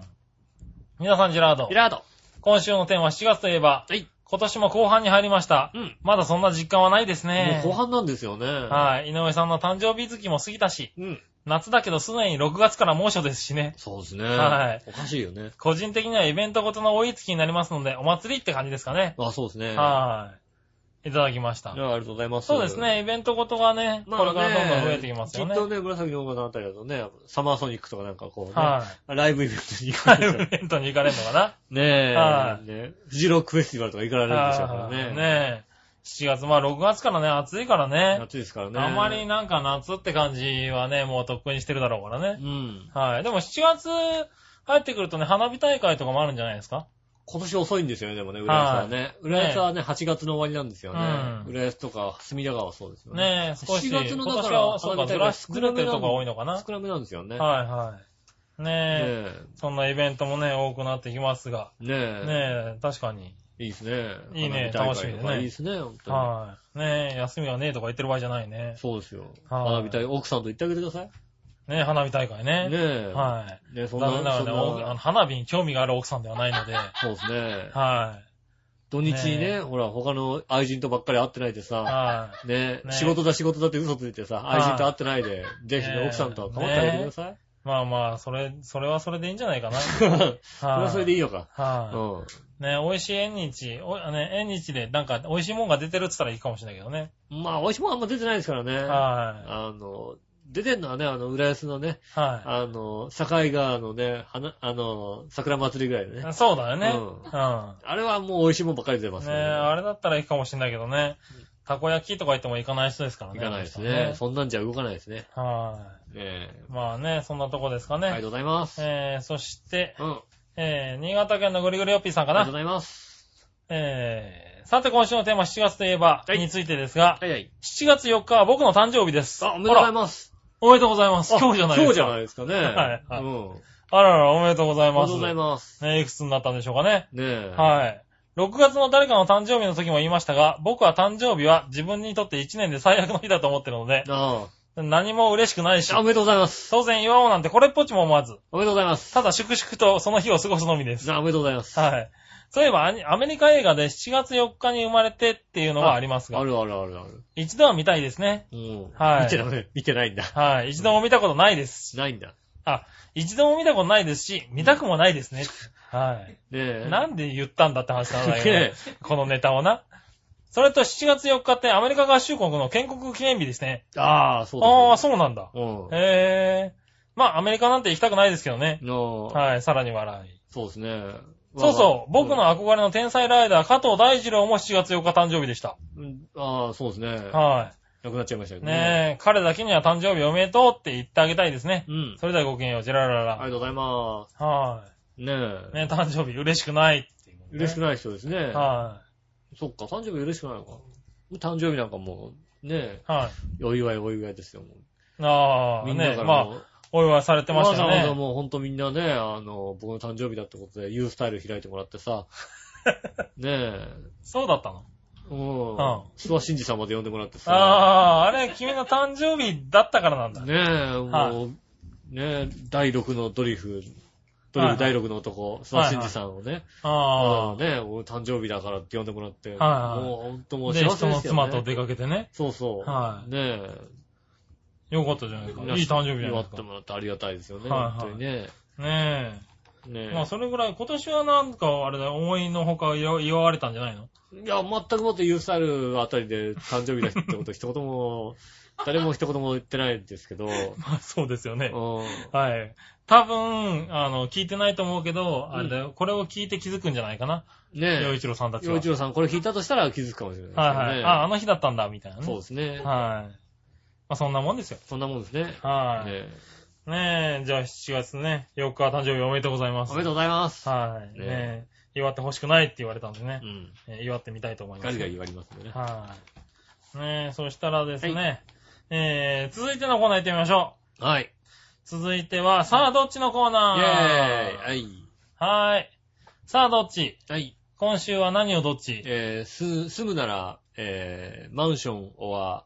S3: 皆さん、ジェラード
S2: ビ。ラード。
S3: 今週のテーマは7月といえば、
S2: はい。
S3: 今年も後半に入りました。
S2: うん。
S3: まだそんな実感はないです
S2: も
S3: ね。
S2: う後半なんですよね。は
S3: はい。井上さんの誕生日月も過ぎたし、
S2: い。うん。
S3: 夏だけどすでに6月から猛暑ですしね。
S2: そうですね。
S3: はい。
S2: おかしいよね。
S3: 個人的にはイベントごとの追いつきになりますので、お祭りって感じですかね。
S2: あ、そうですね。
S3: はい。いただきました
S2: い。やありがとうございます。
S3: そうです。ね、イベントごとがね、
S2: ま
S3: こ
S2: あね
S3: れからどんどん増えてきますよね
S2: きっ。とね、紫の子のあたりだとね、サマーソニックとかなんかこうね、
S3: はい。
S2: ライブイベントに行
S3: ラ
S2: か
S3: イ
S2: れ
S3: ブ
S2: る。
S3: イベントに行かれるのか
S2: ねえ。
S3: は
S2: ねフジロックフェスティバルとか行かれ
S3: な
S2: るんでしょうから
S3: はい
S2: ね。
S3: ねえ。7月、まあ6月からね、暑いからね。
S2: 夏ですからね。
S3: あまりなんか夏って感じはね、もうとっくにしてるだろうから
S2: う
S3: ね。
S2: ん。
S3: はい。でも7月入ってくるとね、花火大会とかもあるんじゃないですか
S2: 今年遅いんですよね、でもね、浦安はね。浦安はね、8月の終わりなんですよね
S3: う。ん
S2: 浦安とか隅田川はそうですよね。
S3: ねえ、少し。
S2: 7月のだから
S3: 今年はそうか、
S2: 花火大会
S3: ずらし、ずれてるとこが多いのかな。はい
S2: 少なめなんですよね。
S3: はい。
S2: ね
S3: ねえ、
S2: え。
S3: そんなイベントもね、多くなってきますが。
S2: ねえ。
S3: ねえ、確かに。
S2: いいですね。
S3: いい
S2: 花火大会
S3: ね
S2: とか
S3: 楽しみだね
S2: いいですね、本当に。
S3: はい。ねえ、休みはねえとか言ってる場合じゃないね。
S2: そうですよ。
S3: はい
S2: 花火大会、奥さんと行ってあげてください。ね
S3: ねえ、花火大会ね。
S2: え。
S3: はい。
S2: い。ねそんな
S3: 残念ながらね、
S2: そん
S3: おあの花火に興味がある奥さんではな いので、
S2: そうですね。
S3: は
S2: 土日に
S3: ね
S2: ね、ほら、他の愛人とばっかり会ってないで
S3: い。
S2: さ、
S3: は
S2: ね
S3: ね
S2: 仕事だ仕事だって嘘ついてさ、愛人と会ってないで、ぜひ
S3: ね
S2: ね、奥さんとは構ってあげてください。
S3: い。まあまあ、それ、それはそれでいいんじゃな いかな。
S2: それ
S3: はい。
S2: はそれでいいのか。う
S3: は
S2: ん。
S3: い。ね美味しい縁日、おね、縁日でなんか美味しいもんが出てるって言ったらいいかもしれないけどね。
S2: まあ、美味しいもんあんま出てないですからね。
S3: は
S2: あの、出てんのはね、あの、浦安のね、
S3: い。は
S2: あの、境川のね、花、あの、桜祭りぐらいでね。
S3: い。そうだよね。
S2: う
S3: う
S2: あれはもう美味しいもんばっかり出ま
S3: ん。
S2: す
S3: ね
S2: よ
S3: あ
S2: ね。
S3: れだったらいいかもしれないけどね。たこ焼きとか言っても行かない人ですから
S2: い
S3: ね。
S2: かないです
S3: あの
S2: ね。
S3: 人
S2: そんなんじゃ動かないですね。
S3: は
S2: ね
S3: い。まあね、そんなとこですか
S2: え。ありが
S3: ね
S2: と。うございます。うん。
S3: えー、そして、
S2: あ
S3: えー、新潟県のぐりぐりよっぴーさんか
S2: りがとう
S3: な
S2: ご。ざいます。
S3: えー、さて今週のテーマ7月といえば
S2: はい
S3: についてですが、
S2: はいはい。
S3: 7月4日は僕の誕生日です。
S2: あ、おめでとうござい
S3: ます。
S2: ます。
S3: おめでとうございます。
S2: あ
S3: 今日じゃないですか。
S2: 今日じゃない
S3: い。
S2: ですかね。
S3: はいはい
S2: うん。
S3: あらら、おめでとうござい
S2: おめ
S3: ま。
S2: ですとうございます。
S3: ね、いくつになったんでしょうかね。
S2: ねえ。
S3: はい。6月の誰かの誕生日の時も言いましたが、僕は誕生日は自分にとって1年で最悪の日だと思ってるので、
S2: あ
S3: 何も嬉しくないし
S2: あ。あ、お、めでとうございます。
S3: 当然祝おうなんてこれっぽっちも思わず、
S2: おめでとうございます。
S3: ただ粛々とその日を過ごすのみです。
S2: あ、おめでとうございます。
S3: はい。そういえばアニ、アメリカ映画で7月4日に生まれてっていうのはあります
S2: あ
S3: が、
S2: るあるあるある。
S3: 一度は見たいですね。
S2: うん。
S3: はい
S2: 見てない、見てないんだ。
S3: はい。一度も見たことないですし、
S2: ないんだ。
S3: あ、一度も見たことないですし、見たくもないですね。はい。
S2: ねえ。
S3: なんで言ったんだって話なんだ
S2: ね
S3: け
S2: え
S3: ど、このネタをな。それと7月4日ってアメリカ合衆国の建国記念日ですね。
S2: ああ、そうだ。
S3: ああ、そうなんだ。
S2: そうだ。
S3: へえ。まあ、アメリカなんて行きたくないですけどね
S2: う。ん。の、
S3: はい、さらに笑い。
S2: そうですね。
S3: そう
S2: わ
S3: そう、僕の。憧れの天才ライダー、加藤大二郎も7月4日誕生日でした。
S2: うんああ、そうですね。
S3: はい。
S2: なくなっちゃいましたけど
S3: ねえ、彼だけには誕生日おめでとうって言ってあげたいですね。
S2: うん。
S3: それではごきげんよう、ジェララ
S2: ありが
S3: ラ
S2: とうございま
S3: ラ。は
S2: す。ね
S3: い。
S2: え。
S3: ね誕生日嬉しくないっていう、ね。
S2: 嬉しく
S3: な
S2: ない人ですね。
S3: は
S2: そっか、誕生日嬉しくないのか。誕生日なんかもう、ね
S3: い。はい。
S2: え、お祝いお祝いですよ、も
S3: あ
S2: う。
S3: あ、
S2: みんな
S3: ね
S2: から
S3: まあ、
S2: もう
S3: お祝いされてまし
S2: わ
S3: た
S2: ざ
S3: よ
S2: わざ
S3: ね。
S2: もうほんとみんなね、あの、僕の誕生日だってことで、ユースタイル開いてもらって さ、ねえ、
S3: そうだったの
S2: うん
S3: うん。
S2: 諏訪真司さんまで呼んでもらって
S3: あ
S2: さ、
S3: あ、あれ、君の誕生日だったからなんだ。
S2: ねえ、もう、ね、第6のドリフ、ドリ
S3: はいは
S2: フ
S3: い
S2: 第6の男、諏訪
S3: はいはい
S2: 慎二さんをね、
S3: あ
S2: あのね、お誕生日だからって呼んでもらって、
S3: はい
S2: もう本当も
S3: あ。
S2: う
S3: で、
S2: 幸せ
S3: 人
S2: で
S3: の
S2: すよ、ね。
S3: 妻と出かけてね。
S2: そうそう。
S3: はい
S2: ね
S3: よかったじゃないですか。
S2: え。
S3: いい誕生日じゃな
S2: 祝
S3: いで
S2: って
S3: す
S2: もらってありがたいですよね、
S3: はいはい
S2: 本当にね。
S3: か。ね
S2: ね
S3: え。
S2: え。
S3: まあ、それぐらい、今年はなんか、あれだ、思いのほか祝祝われたんじゃないの
S2: いや、全くもってユースタイルあたりで誕生日だってこと一言も、誰も一言も言ってないんですけ ど、
S3: まあ、そうですよね。
S2: う
S3: はい。多分、あの、聞いてないと思うけど、あれだよ、これを聞いて気づくんじゃないかな。
S2: ん。ね
S3: 洋
S2: え。
S3: 一郎さんたちは。
S2: 洋一郎さん、これ聞いたとしたら気づくかもしれ
S3: はい
S2: ない
S3: は
S2: ですよ
S3: い。
S2: ね。
S3: あ、あの日だったんだ、みたいなね。
S2: そうですね。
S3: はい。まあ、そんなもんですよ。
S2: そんなもんですね。
S3: はい。
S2: ねえ
S3: ねえ、じゃあ7月ね、4日誕生日おめでとうございます。
S2: おめでとうございます。
S3: はい。
S2: ねえ
S3: ねえ、祝ってほしくないって言われたんでね
S2: う、ん。
S3: えー祝ってみたいと思います。
S2: ガリガリ言われますんでね。
S3: はい。ねえ、そしたらですね、えー、続いてのコーナー行ってみましょう。
S2: はい。
S3: 続いては、さあどっちのコ
S2: イェ
S3: ー
S2: ーイ
S3: ナー
S2: はい。
S3: はーい。さあどっち
S2: はい。
S3: 今週は何をどっち
S2: えー、す、住むなら、えー、マンションは、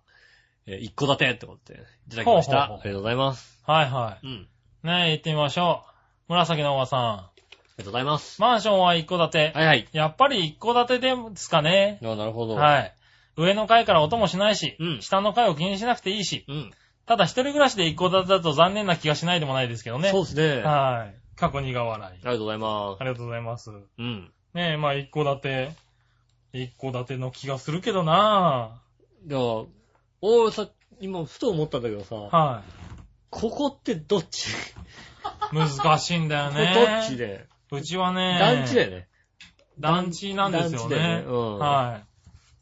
S2: えー、一戸建てってことで、いただきまし
S3: ほうほうほう
S2: た。ありがとうございます。
S3: はいは
S2: うん。
S3: い。ねえ、行ってみましょう。紫のおば
S2: あ
S3: さ
S2: りがとうございます。
S3: ん。マンションは一戸建て。
S2: はいはい。
S3: やっぱり一戸建てですかね。
S2: あなるほど。
S3: はい。上の階から音もしないし、
S2: うん
S3: 下の階を気にしなくていいし、
S2: うん。
S3: ただ一人暮らしで一戸建てだと残念な気がしないでもないですけどね。
S2: そうですね。あ
S3: はい。過去にが笑い
S2: り。がとうございま
S3: あ
S2: す。
S3: りがとうございます。
S2: うん。
S3: ねえ、まあ一戸建て、一戸建ての気がするけどな
S2: じゃあ、おさ、今、ふと思ったんだけどさ、
S3: ぁ。は
S2: ここってどっち、
S3: い。難しいんだよ
S2: こ
S3: ね
S2: れ。どっちで、
S3: うちはね、
S2: 団地だよね。
S3: 団地なんです
S2: 団
S3: よね。
S2: 地だよねうん
S3: は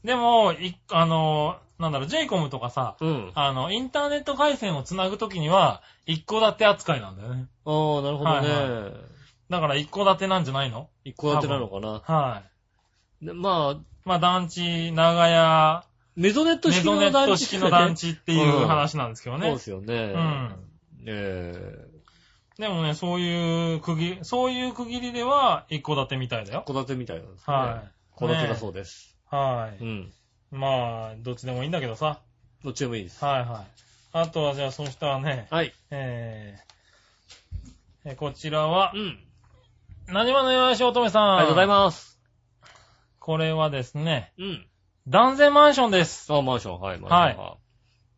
S3: い。でも、い、あの、なんだろう、j イコムとかさ、
S2: うん。あ
S3: あの、インターネット回線をつなぐときには、一戸建て扱いなんだよね。
S2: あー、なるほどね。
S3: はいだから一戸建てなんじゃないの
S2: 一戸建てなのかな。
S3: は
S2: でまあ、
S3: い。まあ団地、長屋、
S2: メゾネット
S3: メ
S2: 式
S3: ゾ
S2: の
S3: ネット
S2: 団地
S3: 式の団
S2: 地。
S3: 地っていう話なんですけど
S2: そう
S3: ね
S2: で。すよね。
S3: うん。
S2: ねえ。
S3: でもね、そういう区切り、そういう区切りでは一戸建てみたいだよ。
S2: 戸建てみたいなんですね。
S3: はい。
S2: 戸建てだそううです。
S3: は
S2: う
S3: い。
S2: ん。
S3: まあ、どっちでもいいんだけどさ。
S2: どっちでもいいです。
S3: はいはい。あとはじゃあ、そしたらね、
S2: はい。
S3: えー、えこちらは
S2: う、ん。
S3: なにわのよしおとめさ
S2: あ
S3: ん。
S2: りがとうございます。
S3: これはですね、
S2: うん。
S3: 断然マンションです。
S2: あ、マンション、はい、マンション。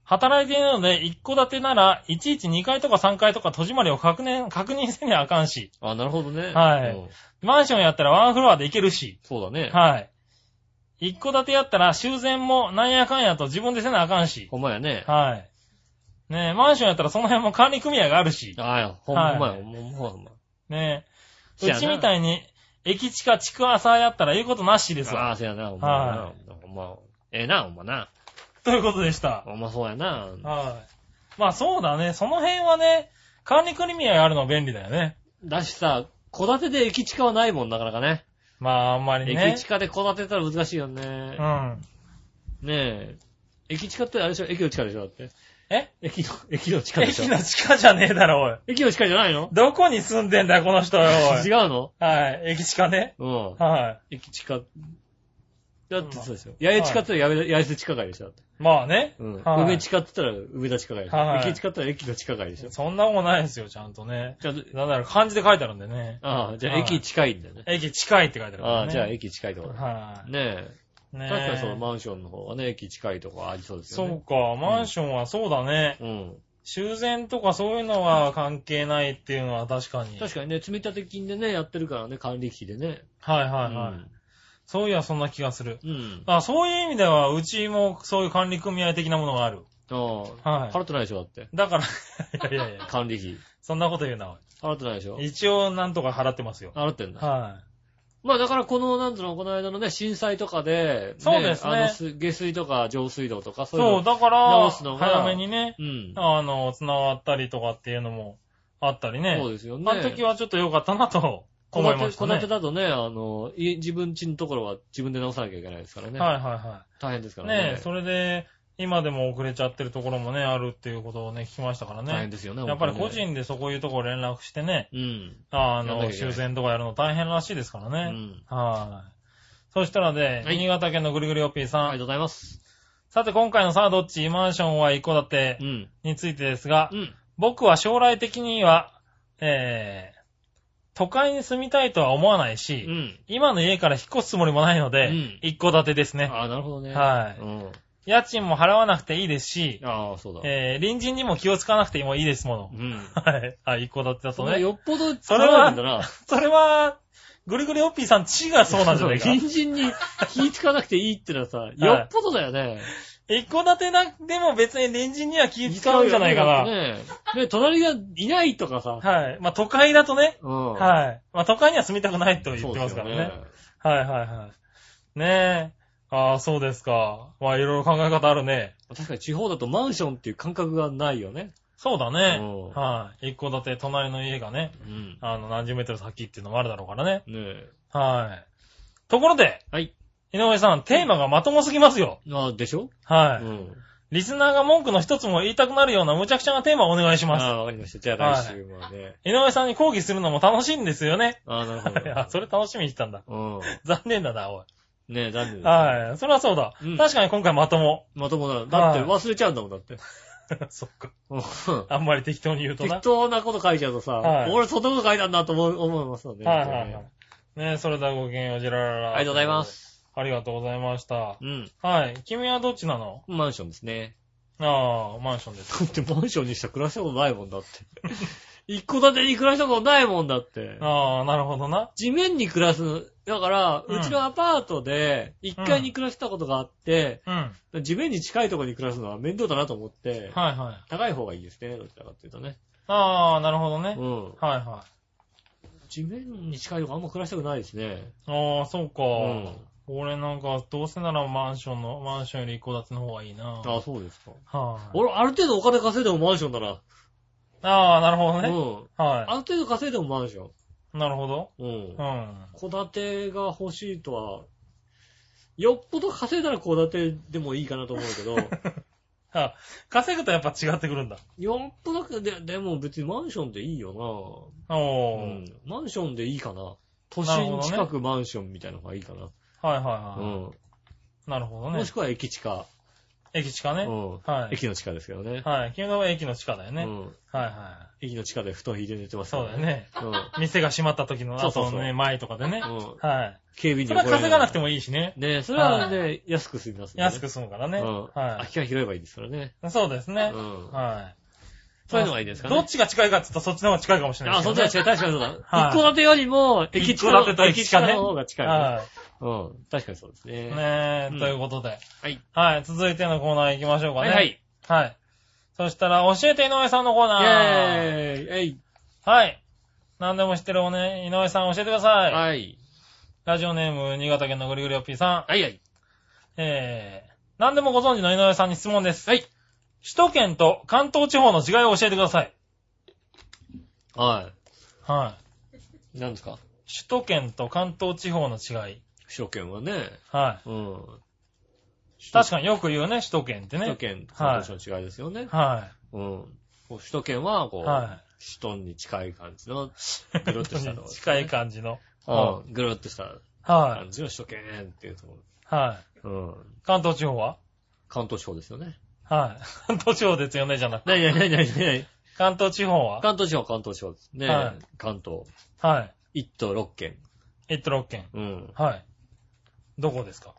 S3: 働いているので、一戸建てなら、いちいち2階とか3階とか戸締まりを確認、 確認せにゃあかんし、
S2: あ、なるほどね。
S3: はい
S2: うん
S3: マンションやったらワンフロアで行けるし、
S2: そうだね。
S3: はい。一戸建てやったら修繕もなんやかんやと自分でせなあかんし、
S2: ほんまやね。
S3: はい。ねえ、マンションやったらその辺も管理組合があるし、
S2: あほん
S3: はい
S2: まや、ほんまや、ほんま
S3: ね
S2: せ
S3: え、
S2: や
S3: う
S2: な
S3: ちみたいに、駅地下地区朝やったら言うことなしです
S2: や。あ
S3: わ。
S2: あ、せやな、ほんまやな。ほんま。ええな、ほんまな。
S3: ということでした。
S2: ほんまそうやな。
S3: はい。まあそうだね、その辺はね、管理組合があるの便利だよね。
S2: だしさ、戸建てで駅地下はないもん、なかなかね。
S3: まああんまりね。
S2: 駅地下で戸建てたら難しいよね。
S3: うん。
S2: ねえ。駅近ってあれでしょ駅の近でしょだって。
S3: え
S2: 駅の、駅の近でしょ
S3: 駅の地下じゃねえだろ、おい。
S2: 駅の近じゃないの
S3: どこに住んでんだよ、この人よ、お
S2: 違
S3: い。
S2: うの
S3: はい、駅地下ね。
S2: うん。
S3: は
S2: 駅近。だってそうでしょ。八重地下って言ったら八重八重洲地下街でしょだって。
S3: い。まあね。
S2: うん。
S3: はい
S2: 梅地下って言ったら梅田地下街でし
S3: は
S2: ょ。
S3: い
S2: 駅近って言ったら駅の地下街でしょ。
S3: そんなもんないですよ、ちゃんとね。
S2: じゃ
S3: なんだろう、漢字で書いてあるんでね。
S2: あ、ああ、じゃあ
S3: はい
S2: 駅近いんだよね。
S3: 駅近いって書いてあるから、ね。
S2: ああ、じゃあ駅近いとこだ。
S3: は
S2: ね
S3: い。
S2: え。
S3: ね
S2: 確かにそのマンションの方はね、駅近いとこありそうです
S3: そ
S2: よ
S3: う
S2: ね。
S3: か、マンションはそうだね。
S2: うん。
S3: 修繕とかそういうのは関係ないっていうのは確かに。
S2: 確かにね、積立金でね、やってるからね、管理費でね。
S3: はいはいはい。そういや、そんな気がする。
S2: うん。うん。
S3: あそういう意味では、うちもそういう管理組合的なものがある。
S2: あ
S3: は
S2: あ
S3: い。
S2: 払ってないでしょだって。
S3: だから、 いやいやいや、
S2: 管理費。
S3: そんなこと言うな、おい
S2: 払ってないでしょ
S3: 一応なんとか払ってますよ。
S2: 払ってんだ。
S3: は
S2: まあだからこの、なんつうの、この間のね、震災とかで、
S3: そうですね
S2: あのす下水とか上水道とか
S3: い。
S2: そういうの。
S3: そう、だから、
S2: 直すのが
S3: 早めにね、
S2: うん。
S3: あの、繋がったりとかっていうのもあったりね。
S2: そうですよね。
S3: あの時はちょっと良かったなと
S2: 小
S3: 思いま
S2: 建て、
S3: した
S2: 小
S3: ね。
S2: 建てだとね、あの、い自分家のところは自分で直さなきゃいけないですからね。
S3: はいは
S2: 大変です
S3: い
S2: か
S3: はい。
S2: らね。
S3: ねえ、それで、今でも遅れちゃってるところもね、あるっていうことをね、聞きましたから
S2: 大変
S3: ね。
S2: ですよね。
S3: やっぱり個
S2: 本当にね。
S3: 人でそこいうとこ連絡してね、
S2: うん。
S3: あ
S2: やんなきゃ
S3: の、
S2: いけな
S3: 修
S2: い
S3: 繕とかやるの大変らしいですから
S2: う
S3: ね。
S2: ん。
S3: はい。そしたらね、
S2: はい
S3: 新潟県のぐりぐりおっぴー
S2: あ
S3: さ。
S2: りがとうんございます。
S3: さて今回のさあどっちマンションは一戸建て
S2: うん。
S3: についてですが
S2: う、ん。
S3: 僕は将来的には、えー、都会に住みたいとは思わないし、
S2: うん。
S3: 今の家から引っ越すつもりもないので、
S2: うん
S3: 一戸建てですね。
S2: ああ、なるほどね。
S3: はい
S2: うん。
S3: 家賃も払わなくていいですし、
S2: ああ、そうだ。
S3: えー、隣人にも気を使わなくてもいいですもの
S2: う。 ん。
S3: はい。あ、一戸建てだ
S2: そ
S3: と
S2: れは
S3: ね。
S2: よっぽど、
S3: それは
S2: んだな。
S3: それは、ぐりぐりおっぴーさんちがそうなんじゃないか。
S2: 隣人に気ぃつかなくていいってのはさ、よっぽどだよね。
S3: 一戸建てな、でも別に隣人には気使うんじゃないかな。
S2: ねえ。ね隣がいないとかさ。
S3: はい。まあ都会だとね。
S2: うん。
S3: はい。まあ都会には住みたくないと言
S2: そ
S3: っ
S2: う
S3: て
S2: で
S3: ますす
S2: よ
S3: からね。。はいはいはい。ねえ。ああ、そうですか。まあいろいろ考え方あるね。
S2: 確かに地方だとマンションっていう感覚がないよね。
S3: そうだね
S2: うん。
S3: はい。一戸建て、隣の家がね、
S2: うん。
S3: あの、何十メートル先っていうのもあるだろうからね。
S2: ねえ。
S3: はい。ところで、
S2: はい。
S3: 井上さん、テーマがまともすぎますよ。
S2: ああ、でしょう
S3: はい。
S2: ん。
S3: リスナーが文句の一つも言いたくなるような無茶苦茶なテーマをお願いし
S2: あ
S3: ま
S2: あ、わかりました。じゃあ来週もね。
S3: す。井上さんに抗議するのも楽しいんですよね。
S2: ああ、なるほ
S3: あ、それ楽しみにして たんだ。
S2: ど。
S3: 残念だな、おい。
S2: うん。ねえ、残念です。
S3: はい。それはそうだ。
S2: うん
S3: 確かに今回まとも。
S2: まともだ。だって
S3: はい
S2: 忘れちゃうんだもん、だって。
S3: そっか。
S2: うん
S3: あんまり適当に言うと
S2: 適
S3: な。
S2: 当なこと書いちゃうとさ、
S3: はい
S2: 俺そんなこと書いたんだと思う思いますよね。
S3: はいはいはい。ねそれではごきげんよう、じららら。
S2: ありがとうございま。す。
S3: ありがとうございました。
S2: うん。
S3: はい。君はどっちなの
S2: マンションですね。
S3: ああ、マンションです。
S2: だってマンションにしたら暮らしたことないもんだって。 一戸建てに暮らしたことないもんだって。
S3: ああ、なるほどな。
S2: 地面に暮らす。だから、
S3: うん
S2: うちのアパートで、一階に暮らしたことがあって、
S3: うん。はい
S2: 地面に近いところに暮らすのは面倒だなと思って、
S3: はい。
S2: 高い方がいいですね、どちらかっていうとね。
S3: ああ、なるほどね。
S2: うん。
S3: はいは
S2: 地面に近いとこあんま暮らしたくないですね。
S3: い。ああ、そうか。
S2: うん
S3: 俺なんか、どうせならマンションの、マンションより一戸建ての方がいいな。
S2: あ、そうですか。
S3: はい、
S2: 俺、ある程度お金稼いでもマンションなら、
S3: ああ、なるほど
S2: う
S3: ね。
S2: ん。あ
S3: は
S2: る程度稼いでもマンション。
S3: い。なるほど。
S2: うん
S3: う。ん。
S2: 戸建てが欲しいとは、よっぽど稼いだら戸建てでもいいかなと思う けど、
S3: あ、稼ぐとやっぱ違ってくるんだ。
S2: よっぽどで、でも別にマンションでいいよ
S3: お
S2: な、
S3: お、
S2: うん、マンションでいいかな。都
S3: なるほど
S2: 心
S3: ね
S2: 近くマンションみたいなのがいいかな。
S3: はいはいは
S2: うん
S3: い。なるほどね
S2: もし。くは駅地下。
S3: 駅地下ね。
S2: うん
S3: はい。
S2: 駅の地下ですけどね。
S3: はい。君のは駅の地下だよね。
S2: う
S3: はい
S2: ん
S3: は
S2: 駅の地下で布団引いて寝てま
S3: い。
S2: す
S3: そうだよ。ね。
S2: うん
S3: 店が閉まった時の
S2: そうそう
S3: 後
S2: そう
S3: のね、前とかでね。
S2: うん
S3: はい。
S2: 警備員
S3: そ
S2: に
S3: れは
S2: 怒られ
S3: 稼がなくて
S2: も。
S3: もいいしね。
S2: ねそれはね、安く済みますんでね
S3: 安く済むからね。
S2: うん空
S3: は
S2: き缶拾えばいいですからね。
S3: い。そうです
S2: う
S3: ね。
S2: ん。
S3: はい。
S2: そういうのがいいですかね。
S3: どっちが近いかって言ったらそっちの方が近いかもしれない
S2: あ、
S3: です
S2: そっ
S3: よ
S2: ち
S3: ね。
S2: が近い。確かにそうだ。
S3: はい
S2: 一戸建てよりも、駅近
S3: 一戸建てと駅近ね
S2: 駅の方が近いね、
S3: は
S2: うん。確かにそうですね。
S3: い。ね
S2: う
S3: え、
S2: ん
S3: ということで。
S2: はい。
S3: はい。続いてのコーナー行きましょうか
S2: は
S3: ね。
S2: いはい。
S3: はい。そしたら、教えて井上さんのコー
S2: イ
S3: ナー。
S2: ェーイえい。
S3: はい。何でも知ってるおね、井上さん教えてください。
S2: はい。
S3: ラジオネーム、新潟県のぐりぐりおっぴーさん。
S2: はいはい。
S3: えー、何でもご存知の井上さんに質問です。
S2: はい。
S3: 首都圏と関東地方の違いを教えてください。
S2: は。
S3: はい
S2: 何ですか
S3: い。首都圏と関東地方の違い。
S2: 首都圏はね。
S3: は
S2: うん。
S3: い。確
S2: か
S3: かによく言うね、首都圏ってね。
S2: 首都圏、関東省の違いですよね。
S3: は
S2: うん。こう首都圏は、こ
S3: い。
S2: う、
S3: は
S2: 首都に近い感じ の、
S3: い。
S2: ぐるっとしたところですね
S3: 近い感じの。
S2: うんぐるっとした
S3: は
S2: 感じの首都圏っていうとこ
S3: い。はい。
S2: ろ。うん。
S3: 関東地方は
S2: 関東地方ですよね。
S3: はい。関東地方ですよね、じゃなくて。
S2: なになになになになに
S3: 関東地方は
S2: 関東地方、関東地方ですね。
S3: はい
S2: 関東。
S3: は
S2: 1都6県。
S3: い。1都6県。
S2: うん。
S3: はい。どこですか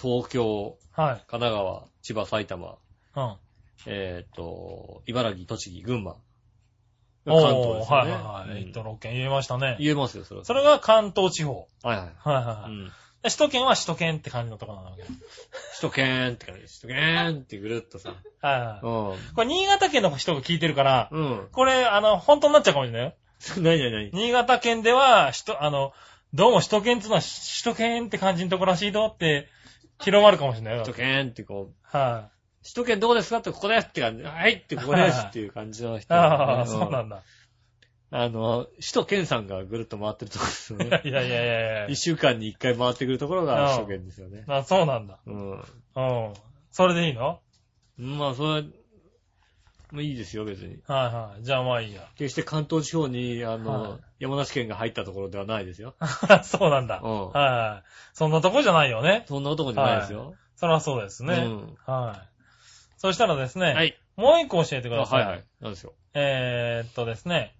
S2: 東京、
S3: はい。
S2: 神奈川、千葉、埼玉、
S3: うん。
S2: えっ、と、茨城、栃木、群馬。関東
S3: お
S2: で
S3: ー
S2: すよ
S3: はい
S2: ね。
S3: はいはい。
S2: う
S3: 1
S2: ん
S3: 都6県言えましたね。
S2: 言えますよ、それは。
S3: それが関東地方。
S2: はいはい。
S3: はいはいはい。
S2: うん
S3: で首都圏は首都圏って感じのところなわけだ。
S2: 首都圏って感じ。首都圏ってぐるっと さ。
S3: はいは
S2: う
S3: い。
S2: ん。
S3: これ新潟県の人が聞いてるから、
S2: うん。
S3: これ、あの、本当になっちゃうかもしれないよ。
S2: なになになに
S3: 新潟県では、首都、あの、どうも首都圏ってのは首都圏って感じのところらしいぞって広まるかもしれないよ。
S2: 首都圏ってこう、
S3: は
S2: 首都圏どこですかってここですって感じ。はいってここですっていう感じの
S3: い。
S2: 人。
S3: ああ、そうなん
S2: だ。
S3: だ。
S2: あの、首都圏さんがぐるっと回ってるところですよ
S3: い
S2: ね
S3: や。いやいやい
S2: 一週
S3: や。
S2: 間に一回回ってくるところ
S3: うん
S2: が首都圏ですよね。
S3: あそうなんだ。
S2: うん。
S3: うん。それでいいの
S2: まあ、それは、まあいいですよ、別に。
S3: はいはい。じゃあまあいいや。
S2: 決して関東地方に、あの、
S3: はい
S2: 山梨県が入ったところではないですよ。
S3: そうなんだ。
S2: う
S3: は
S2: ん
S3: いはい。そんなとこじゃないよね。
S2: そんな男じゃないですよ。
S3: それはそうですね。
S2: うん
S3: はい。そしたらですね、
S2: はい。
S3: もう一個教えてく
S2: あ
S3: ださい。
S2: はいはい。なんでしょう。
S3: えー、っとですね。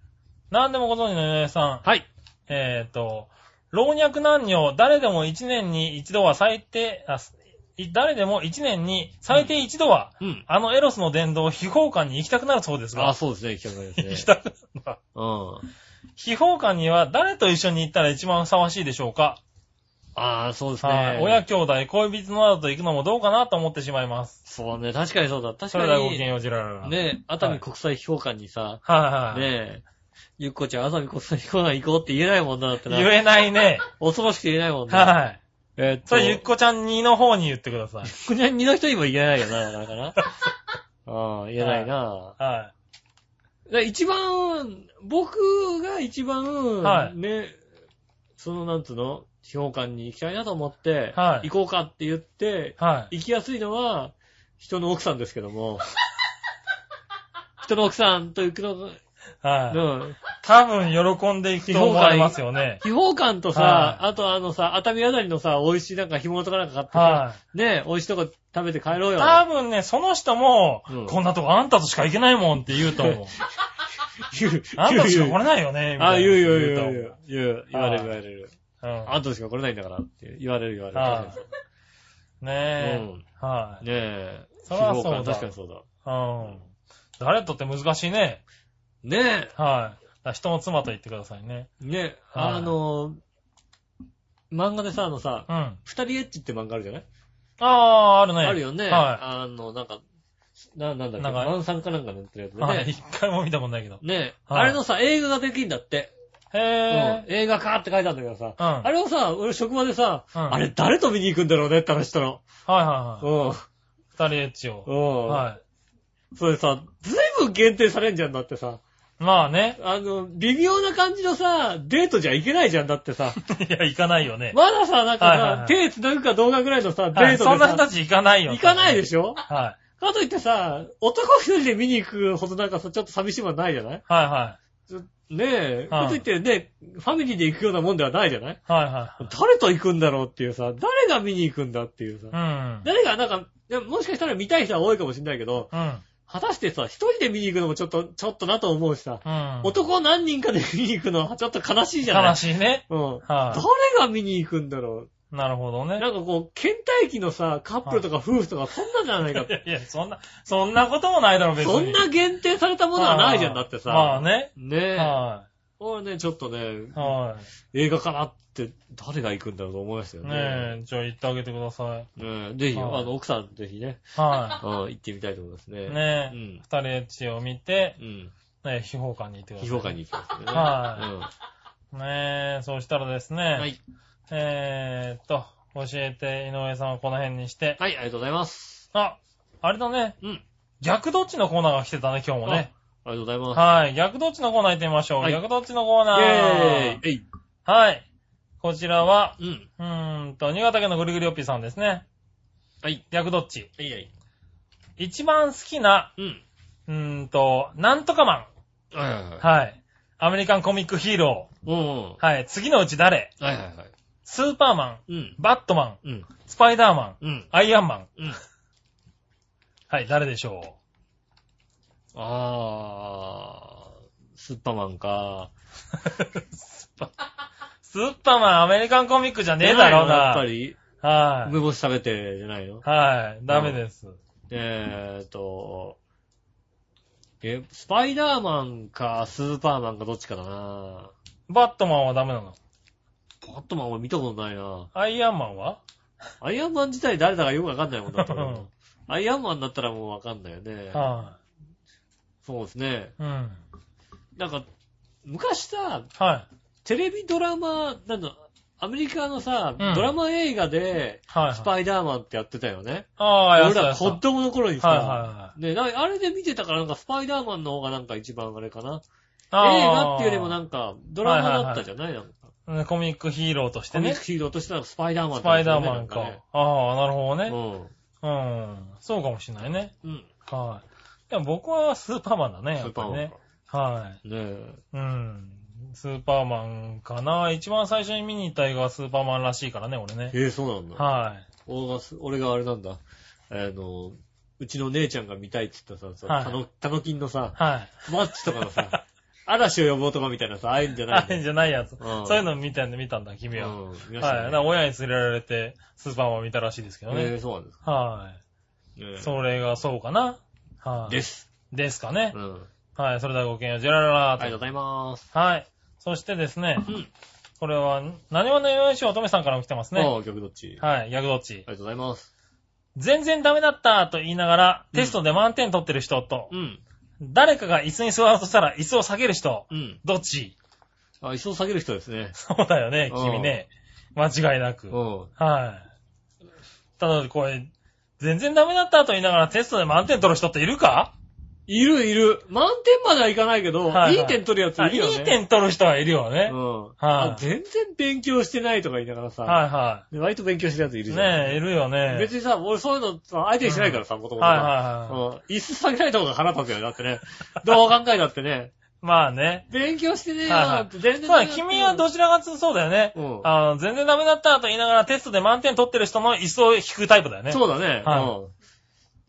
S3: 何でもご存知の井上さん。
S2: はい。
S3: えー、っと、老若男女、誰でも一年に一度は最低、あすい誰でも一年に最低一度は、
S2: うん。
S3: あのエロスの殿堂、秘宝館に行きたくなるそうです
S2: あ、
S3: が、
S2: そうですね、行きたくないで
S3: 行 き
S2: すね。
S3: たくなるのは
S2: うん。
S3: 秘宝館には誰と一緒に行ったら一番ふさわしいでしょうか
S2: ああ、そうです
S3: は
S2: ね
S3: い。。親兄弟、恋人などと行くのもどうかなと思ってしまいます。
S2: そうね、確かにそうだ。確
S3: そ
S2: か
S3: れではごき
S2: に、
S3: げんよう、ジラララ。。
S2: ね、熱海国際評価にさ、
S3: はいはい。
S2: ねえ、ゆっこちゃん、熱海国際評価行こうって言えないもんなだってな。
S3: 言えないね。
S2: 恐ろしく言えないもんな。
S3: はい。
S2: えーっと、
S3: それゆっこちゃん2の方に言ってください。
S2: こにゃんにの人にも言えないよな、なかなか な。ああ、言えないな。
S3: は
S2: で一番、僕が一番、
S3: はい
S2: ね、その、なんつうの、地方館に行きたいなと思って、
S3: はい
S2: 行こうかって言って、
S3: い。はい。
S2: 行きやすいのは、人の奥さんですけど も、人の奥さんと行くのが、う
S3: はい。
S2: ん。
S3: 多分喜んでいくと思われますよね。
S2: 秘宝館とさ、
S3: はい
S2: あとあのさ、熱海あたりのさ、美味しいなんか干物とかなんか買ってさ、
S3: は
S2: ね、美味しいとこ食べて帰ろう
S3: い。
S2: よ。
S3: 多分ね、その人も
S2: うん、
S3: こんなとこあんたとしか行けないもんって言う と思う。
S2: 言う
S3: あんたとし
S2: 言
S3: か
S2: う
S3: 来れないよね。みたいな
S2: あ、言う言う言う言
S3: と思
S2: う。言う。言われる言われる。
S3: うん
S2: あんたしか来れないんだからって言われる言われる。
S3: は
S2: 確
S3: ねえ。は
S2: か
S3: い。
S2: にねえ。
S3: そりゃそ
S2: 秘
S3: うだ
S2: 宝館確かにそうだ。
S3: うん。誰とって難しいね。
S2: ね
S3: はい。だから人の妻と言ってくださいね。
S2: え。ねえ。
S3: はい
S2: あの、漫画でさ、あのさ、
S3: うん。あ
S2: 二人エッチって漫画あるじゃない
S3: あー、あるね。
S2: あるよね。
S3: は
S2: あの、なんか、な、なんだっけ、
S3: なんか
S2: ワンさんかなんかのやってる
S3: い。は
S2: やつ
S3: い。
S2: でね。
S3: 一回も見たことないけど。
S2: ねえ。
S3: はい
S2: あれのさ、映画ができんだって。
S3: へ
S2: うん
S3: え。
S2: 映画かって書いてあるんだけどさ、
S3: うん
S2: あれをさ、俺職場でさ、
S3: うん
S2: あれ誰と見に行くんだろうねって話したの。
S3: はいはいはい。
S2: う
S3: 二人エッチを。
S2: ん。うん。
S3: は
S2: それさ、ずいぶん限定されんじゃんだってさ、
S3: い。まあね。
S2: あの、微妙な感じのさ、デートじゃいけないじゃんだってさ、
S3: いや、行かないよね。
S2: まださ、なんかさ、
S3: はいはいはい
S2: 手繋ぐかどうかぐらいのさ、デ
S3: はい
S2: ート
S3: そ
S2: で
S3: んな人
S2: さ
S3: た、ち行かないよ。
S2: 行かないで
S3: ょ。
S2: しょ
S3: はい。
S2: かといってさ、男一人で見に行くほどなんかさ、ちょっと寂しいもんないじゃない
S3: はいは
S2: ちょねえ、
S3: はい
S2: かといってね、ファミリーで行くようなもんではないじゃない
S3: い。はいはい。
S2: 誰と行くんだろうっていうさ、誰が見に行くんだっていうさ、
S3: うん。
S2: 誰がなんか、いやもしかしたら見たい人は多いかもしれないけど、
S3: うん。
S2: 果たしてさ、一人で見に行くのもちょっと、ちょっとなと思うしさ、
S3: うん。
S2: 男何人かで見に行くのはちょっと悲しいじゃない
S3: 悲しいね。
S2: うん。
S3: は
S2: 誰が見に行くんだろ
S3: い。なるほど
S2: う。
S3: ね。
S2: なんかこう、倦怠期のさ、カップルとか夫婦とかそんなんじゃないか
S3: い。や いや、そんな、そんなこともないだろ、別に。
S2: そんな限定されたものはないじゃんだってさ。
S3: まあね。
S2: ねえ。
S3: は
S2: 俺ね、ちょっとね、
S3: い。は
S2: 映画かなって誰が行くんだろうと思いましたよ
S3: い。
S2: ね。
S3: ねえ、じゃあ行ってあげてください。
S2: ねえ。ぜひ、あ
S3: はい
S2: の、奥さんぜひね、
S3: は
S2: うん行ってみたいと思いますね。
S3: い。ね
S2: う
S3: え、
S2: ん
S3: 二。人エッチを見て、
S2: うん。
S3: ねえ、秘宝館に行ってくださ
S2: 秘
S3: い。
S2: 宝館に行きますよね。
S3: はねえ、そうしたらですね、
S2: うんはい。
S3: えーっと、教えて井上さんはこの辺にして、
S2: はい、ありがとうございます。
S3: あ、あれだね、
S2: うん。
S3: 逆どっちのコーナーが来てたね、今日もね。
S2: ありがとうございます。
S3: はい、逆どっちのコーナー行ってみましょう。
S2: はい
S3: 逆どっちのコーナー。
S2: イェーイえい。
S3: はい。こちらは、
S2: うん。
S3: うーんと、新潟県のぐりぐりおっぴーさんですね。
S2: はい。
S3: 逆どっち
S2: はいはい。
S3: 一番好きな、
S2: うん。
S3: うーんと、なんとかマ
S2: はいはいは
S3: ン。
S2: い。
S3: はい。アメリカンコミックヒーロ
S2: うんうん。
S3: ー。はい。次のうち誰
S2: はいはいはい。
S3: スーパーマ
S2: う
S3: ン、
S2: ん。
S3: バットマン、
S2: うん。
S3: スパイダーマン、
S2: うん。
S3: アイアンマン。
S2: うん。
S3: はい、誰でしょ
S2: あー、スーパーマンか。
S3: う。スーパーマン、アメリカンコミックじゃねえだろう
S2: やっぱ
S3: な。
S2: り、
S3: はい。
S2: 梅干し食べてじゃないの
S3: はい、ダメです。
S2: えーっと、え、スパイダーマンか、スーパーマンかどっちかだな
S3: バットマンはダメなの。
S2: バットマン俺見たことないな
S3: アイアンマンは
S2: アイアンマン自体誰だかよくわかんないもんだ ったな
S3: うん
S2: アイアンマンだったらもうわかんないよね。
S3: は
S2: そうですね。
S3: い。うん。
S2: なんか、昔さ、
S3: はい。
S2: テレビドラマ、なんだ、アメリカのさ、
S3: うん
S2: ドラマ映画で、
S3: はい、はい。
S2: スパイダーマンってやってたよね。
S3: ああ、や
S2: 俺
S3: ったや
S2: ら
S3: った
S2: 子供の頃に
S3: はいはい
S2: さ、
S3: はい。
S2: ね、なあれで見てたからなんかスパイダーマンの方がなんか一番あれかな。
S3: あー
S2: 映画っていうよりもなんか、ドラマだったじゃないなんか。
S3: うんコミックヒーローとし
S2: コ
S3: て
S2: ミッ
S3: ね
S2: ク。ヒーローとしたらスパイダーマン
S3: スパイダーマ
S2: だ
S3: ン
S2: ったよ
S3: か。ああ、なるほど
S2: ね
S3: ね。
S2: なんかね
S3: うん。そうかもしれないね。
S2: うん。うん。
S3: はい。でも僕はスーパーマンだね、
S2: ス
S3: や
S2: ー
S3: っ
S2: パ
S3: ぱ
S2: ー
S3: り
S2: マン
S3: ね
S2: か。。
S3: は
S2: ねえ。
S3: い。うん。スーパーマンかな。一番最初に見に行った映画はスーパーマンらしいからね、俺ね。
S2: ええ、そうなんだ。
S3: は
S2: 俺がす、俺があれなんだ。あの、うちの姉ちゃんが見たいって言ったさ、
S3: はい
S2: たの、たのきんのさ、
S3: はい。
S2: マッチとかのさ、嵐を呼ぼうとかみたいなさ、ああいうんじゃない
S3: あ
S2: の
S3: れじゃないやつ。
S2: うん
S3: そういうの見たんで見たんだ、君は。は
S2: う
S3: い。
S2: ん、見
S3: だ
S2: まし
S3: か
S2: た
S3: ら
S2: ね。
S3: 親に連れられて、スーパーマンを見たらしいですけど
S2: え
S3: ね。
S2: ー、そうなんですか
S3: は
S2: ね
S3: い。
S2: え。
S3: それがそうかな。はい。。
S2: ですす。
S3: ですかね
S2: う。ん。
S3: はい。それではごきげんよう、ジェラララ
S2: あり
S3: ーと
S2: がとうございます。
S3: はい。そしてですね、
S2: うん
S3: これは、何わのよよしおとめさんからも来てますね。
S2: ああ、曲どっちあ
S3: はい、逆どっち
S2: り。がとうございます。
S3: 全然ダメだったと言いながら、
S2: うん
S3: テストで満点取ってる人と、
S2: うん。
S3: 誰かが椅子に座ろうとしたら椅子を下げる人、
S2: うん。
S3: どっち
S2: あ、一層下げる人ですね。
S3: そうだよね、
S2: うん
S3: 君ね。間違いな
S2: う
S3: く。
S2: ん。
S3: はい。ただ、これ、全然ダメだったと言いながらテストで満点取る人っているか
S2: いるいる。満点まではいかないけど、
S3: はいはい
S2: いい点取るやつ
S3: あ
S2: いるよね。
S3: いい点取る人はいるよね
S2: う。ん。
S3: は
S2: あ
S3: い
S2: 全然勉強してないとか言いながらさ、
S3: はいは
S2: で割と勉強してるやついるじ
S3: い。
S2: ゃん。
S3: ねえ、いるよね。
S2: 別にさ、俺そういうの相手にしないからさ、もともと。
S3: はいはいはい。
S2: うん。椅子下げられた方が腹立つよね。だってね。どう考えたってね。
S3: まあね。
S2: 勉強してねえよ
S3: はいはい
S2: って全然
S3: まあ、君はど
S2: し
S3: ちらかというとそうだよね。
S2: うん
S3: あの全然ダメだったと言いながらテストで満点取ってる人の椅子を引くタイプだよね。
S2: そうだね。
S3: は
S2: うん。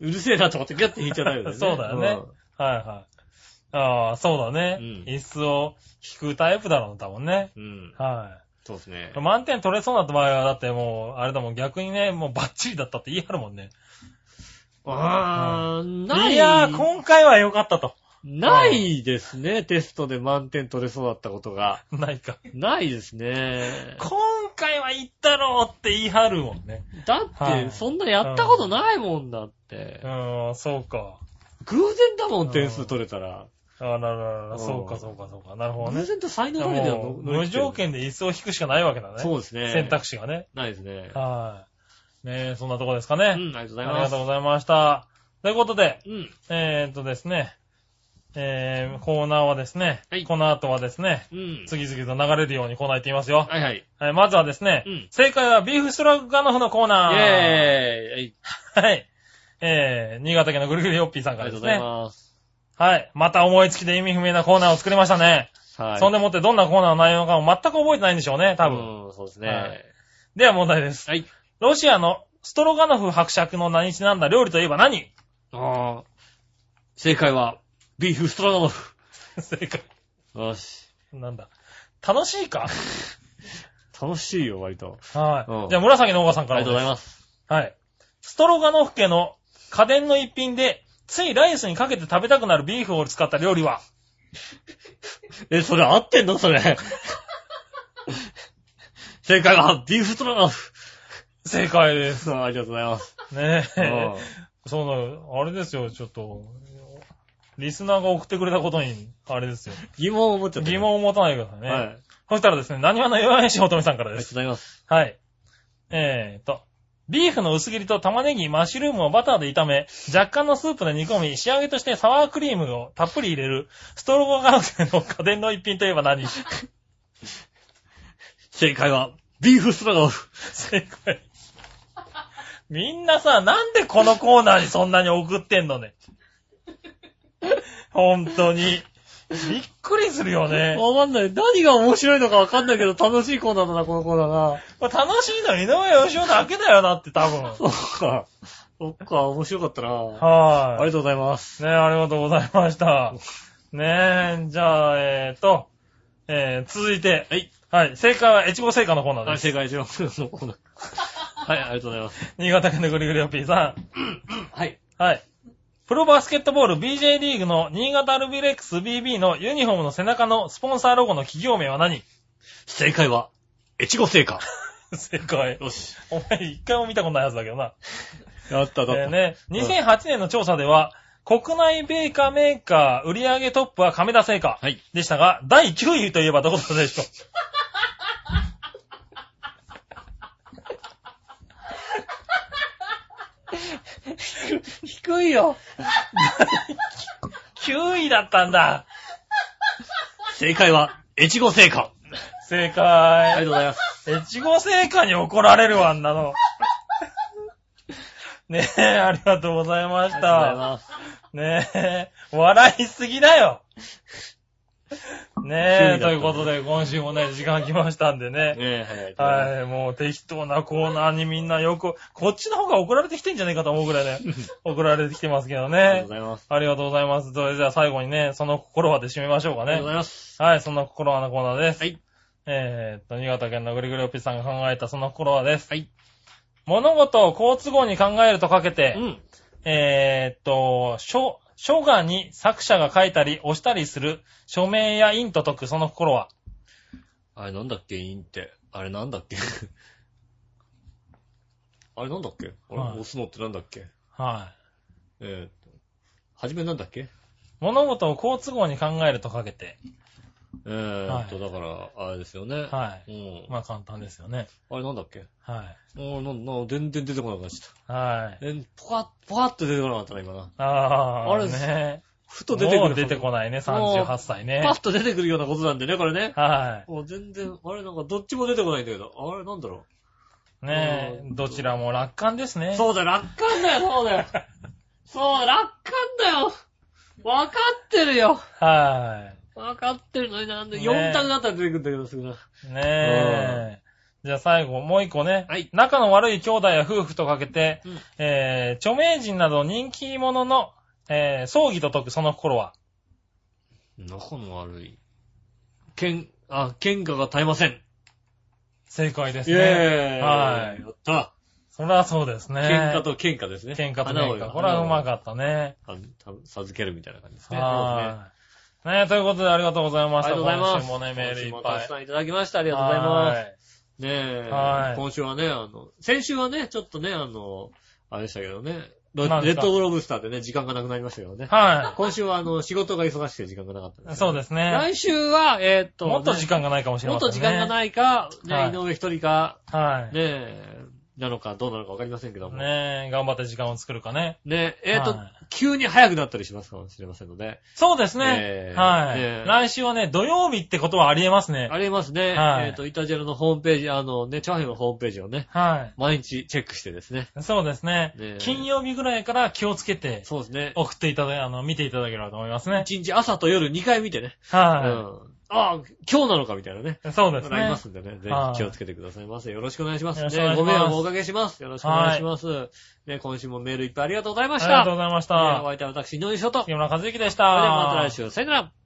S2: うるせえなと思ってギャッて引いちゃダメだよね。
S3: そうだよね。はいはい。ああ、そうだね、
S2: うん
S3: 椅子を引くタイプだろう、多分ね。
S2: うん。うん。
S3: は
S2: そうですね
S3: い。。満点取れそうな場合は、だってもう、あれだもん、逆にね、もうバッチリだったって言い張るもんね。
S2: あー、ない。
S3: いやー、今回は良かったと。
S2: ないですね。テストで満点取れそうだったことが。
S3: ないか。
S2: ないですね。
S3: 今回は行ったろうって言い張るもんね。
S2: だっ
S3: はい
S2: て、そんなやったことないもんだって
S3: う。ーん、そうか。
S2: 偶然だもん、点数取れたら。
S3: あららら
S2: う
S3: ら、
S2: ん
S3: そうかそうかそうか。なるほどね
S2: 偶。然と才能
S3: じゃあ
S2: だけでは
S3: もう無条件で椅子を引くしかないわけだね。
S2: そうですね。
S3: 選択肢がね。
S2: ないですね。
S3: はい。ねえ、そんなとこですか
S2: うん、あ
S3: ね。
S2: りがとうござい
S3: あり
S2: ま
S3: が
S2: す
S3: とう。ございました。ということで、
S2: うん。
S3: えー、っとですね、えー、コーナーはですね、
S2: はい
S3: この後はですね、
S2: うん。
S3: 次々と流れるようにコーナー行ってみますよ。
S2: はいはい。
S3: はい、まずはですね、
S2: うん
S3: 正解はビーフストラックガノフのコー
S2: イェー
S3: ナー。
S2: イはい。
S3: はい。えー、新潟県のぐるぐるよっぴーさん
S2: ありが
S3: から
S2: と
S3: で
S2: うござい
S3: すね。
S2: ます。
S3: はい。また思いつきで意味不明なコーナーを作りましたね。
S2: はい。
S3: そんでもってどんなコーナーの内容かも全く覚えてないんでしょうね、多分。
S2: うん、そうですね。
S3: はいでは問題です。
S2: はい。
S3: ロシアのストロガノフ伯爵の名にちなんだ料理といえ ば何
S2: あー正解は、ビーフストロガノフ。
S3: 正解。
S2: よし。
S3: なんだ。楽しいか
S2: 楽しいよ、割と。
S3: は
S2: う
S3: い。
S2: ん
S3: じゃあ、紫のおばさん
S2: あ
S3: から。
S2: りがとうございますす。
S3: はい。ストロガノフ家の家電の一品で、ついライスにかけて食べたくなるビーフを使った料理は
S2: え、それ合ってんのそれ。正解は、ビーフストロガノフ。
S3: 正解です。
S2: そうありがとうございます。
S3: ねえ
S2: うん。
S3: そうな、あれですよ、ちょっと。リスナーが送ってくれたことに、あれですよ。
S2: 疑問を持っちゃった。
S3: 疑問を持たないでくださいね。
S2: はい。あり
S3: そしたらですね、何話の弱いしおとめさんから
S2: が
S3: で
S2: とう
S3: す。
S2: ございます。
S3: はい。えーと、ビーフの薄切りと玉ねぎ、マッシュルームをバターで炒め、若干のスープで煮込み、仕上げとしてサワークリームをたっぷり入れる、ストロボガノフの家電の一品といえば何
S2: 正解は、ビーフストロガノフ。
S3: 正解。みんなさ、なんでこのコーナーにそんなに送ってんのね。本当に。びっくりするよね。
S2: わかんない。何が面白いのかわかんないけど、楽しいコーナーだな、このコーナーが。
S3: これ楽しいのは井上義雄だけだよなって多分。
S2: そっか。そっか、面白かったな。あ
S3: はい。
S2: りがとうございます。
S3: ねえ、ありがとうございました。ねえ、じゃあ、えーと、えー、続いて。
S2: はい。
S3: はい、正解は、越後製菓のコーナ
S2: は
S3: ーで
S2: い、
S3: す。
S2: 正解します。のコーナーはい、ありがとうございます。
S3: 新潟県のぐりぐりおっぴーさ
S2: はい。
S3: ん。はい。プロバスケットボール BJ リーグの新潟アルビレックス BB のユニフォームの背中のスポンサーロゴの企業名は何
S2: 正解は、越後製菓。
S3: 正解。
S2: よし。
S3: お前一回も見たことないやつだけどな。
S2: やった、だ
S3: えー
S2: った。
S3: ね、
S2: うん
S3: 2008年の調査では、国内ベーカーメーカー売上トップは亀田製菓
S2: はい
S3: でしたが、第9位といえばどこだでしょう
S2: 低いよ。
S3: 9位だったんだ。
S2: 正解は、越後製菓。
S3: 正
S2: ありがとう
S3: 解。
S2: ございます。
S3: 越後製菓に怒られるわ、あんなの。ねえ、ありがとうございま
S2: あ
S3: し
S2: りがとうござい
S3: た。
S2: ます。
S3: ねえ、笑いすぎだよ。
S2: 趣
S3: ねえ、
S2: 味だった
S3: ということで、今週もね、時間来ましたんでね。
S2: ねえ、早い。
S3: はい、もう適当なコーナーにみんなよく、こっちの方が送られてきてんじゃねえかと思うぐら いね、送られてきてますけど
S2: ありがとう
S3: ね
S2: ご。ざいます。
S3: ありがとうございます。それじゃあ最後にね、その心はで締めましょうか
S2: ありがとうござい
S3: ね。
S2: ます。
S3: はい、そんな心はのコーナーです。
S2: はい。
S3: えーっと、新潟県のぐりぐりおっぴーさんが考えたその心はです。
S2: はい。
S3: 物事を好都合に考えるとかけて、
S2: うん。
S3: えーっと、書、書画に作者が書いたり押したりする署名や印と解くその心は、
S2: あれなんだっけインって。あれなんだっけ あれなんだっけあれ、
S3: はい
S2: 押すのってなんだっけ
S3: は
S2: えーっと、はじめなんだっけ
S3: い。物事を好都合に考えるとかけて、
S2: えーっと、だから、あれですよね。
S3: は
S2: うん
S3: い。。まあ簡単ですよね。
S2: あれなんだっけ
S3: はい。
S2: もうなんな全然出てこなくなっちゃっ
S3: はい。
S2: た。え、ポカッ、ポカッと出てこなかったな、今な。
S3: あー、
S2: あれ
S3: ね。
S2: ふと出てく
S3: も
S2: る。
S3: う出てこないね、38歳ね。
S2: パッと出てくるようなことなんでね、これね。
S3: は
S2: もう全然、あれなんかどっちも出てこないんだけど。あれなんだろ
S3: い。ね
S2: う
S3: え、
S2: ん
S3: どちらも楽観です
S2: う。
S3: ね。
S2: そうだよ、楽観だよ、そうだよ。そう、楽観だよ。わかってるよ。
S3: は
S2: わかってるのになんで、
S3: ね
S2: 4択だったら出てくるんだけど、すぐな。
S3: い。ねえ。じゃあ最後、もう一個ね。
S2: はい
S3: 仲の悪い兄弟や夫婦とかけて、
S2: うん
S3: えー、著名人など人気者の、えー、葬儀と解くその心は。
S2: 仲の悪い。喧、あ、喧嘩が絶えません。
S3: 正解です
S2: イ
S3: ね。
S2: ェーイ。
S3: はい。
S2: やった。
S3: それはそうですね。
S2: 喧嘩。と喧嘩ですね。
S3: 喧嘩と
S2: 花を
S3: 喧嘩。これはうまかったね。
S2: あた授けるみたいな感じですね。
S3: はい。ねえ、ということでありがとうございま
S2: そうですね。あ
S3: し
S2: りがとうございます。
S3: た。今週もね、メールいっ
S2: 今週も
S3: ぱい。
S2: たくさんいただきました。ありがとうございます。ねえ、
S3: はい
S2: 今週はね、あの、先週はね、ちょっとね、あの、あれでしたけどね、ロ
S3: なん
S2: レ
S3: で
S2: ッ
S3: すか
S2: ドグローブスターでね、時間がなくなりましたけどね。
S3: はい。は
S2: 今週はあの、仕事が忙しくて時間がなかったん
S3: い。そう
S2: で
S3: です
S2: すね。
S3: ね。
S2: 来週は、えーっと、
S3: もっと時間がないかもしれ
S2: も
S3: ま
S2: っ
S3: せん
S2: と
S3: ね。
S2: 時間がないか、ね、
S3: はい
S2: 井上一人か、
S3: はい。
S2: ねえ、なのかどうなのかわかりませんけども。ね
S3: ねえ、頑張って時間を作るかね。
S2: え、えーっと、
S3: はい
S2: 急に早くなったりしますかもしれませんので。
S3: そうですね。
S2: えー
S3: はい、
S2: えー
S3: 来週はね、土曜日ってことはありえますね。
S2: ありますね。
S3: はい
S2: えっ、と、イタジェラのホームページ、あのね、チャーヘンのホームページをね、
S3: は
S2: 毎日チェックしてですね。
S3: い。そうです
S2: ね
S3: ね
S2: え
S3: 金曜日ぐらいから気をつけて、
S2: そうですね。
S3: 送っていただけ、あの、見ていただければと思いますね。
S2: 一日朝と夜2回見てね。
S3: は
S2: うん。ああ、今日なのかみたいなね。
S3: い。そうです
S2: なり
S3: ね
S2: ま。すんでね。ぜ
S3: はい
S2: ひ気をつけてくださいませ。よろしくお願いします。
S3: よろしくお
S2: ね
S3: 願いし
S2: ご
S3: ます
S2: 迷惑をおかけします。よろしくお願いします。ね、今週もメールいっぱいありがとうございま
S3: あ
S2: し
S3: り
S2: た。
S3: がとうございまし
S2: ねお
S3: た。
S2: 相手は私、井上翔と。それ
S3: 杉村和之でし
S2: で
S3: た。
S2: はまた来週、さよなら。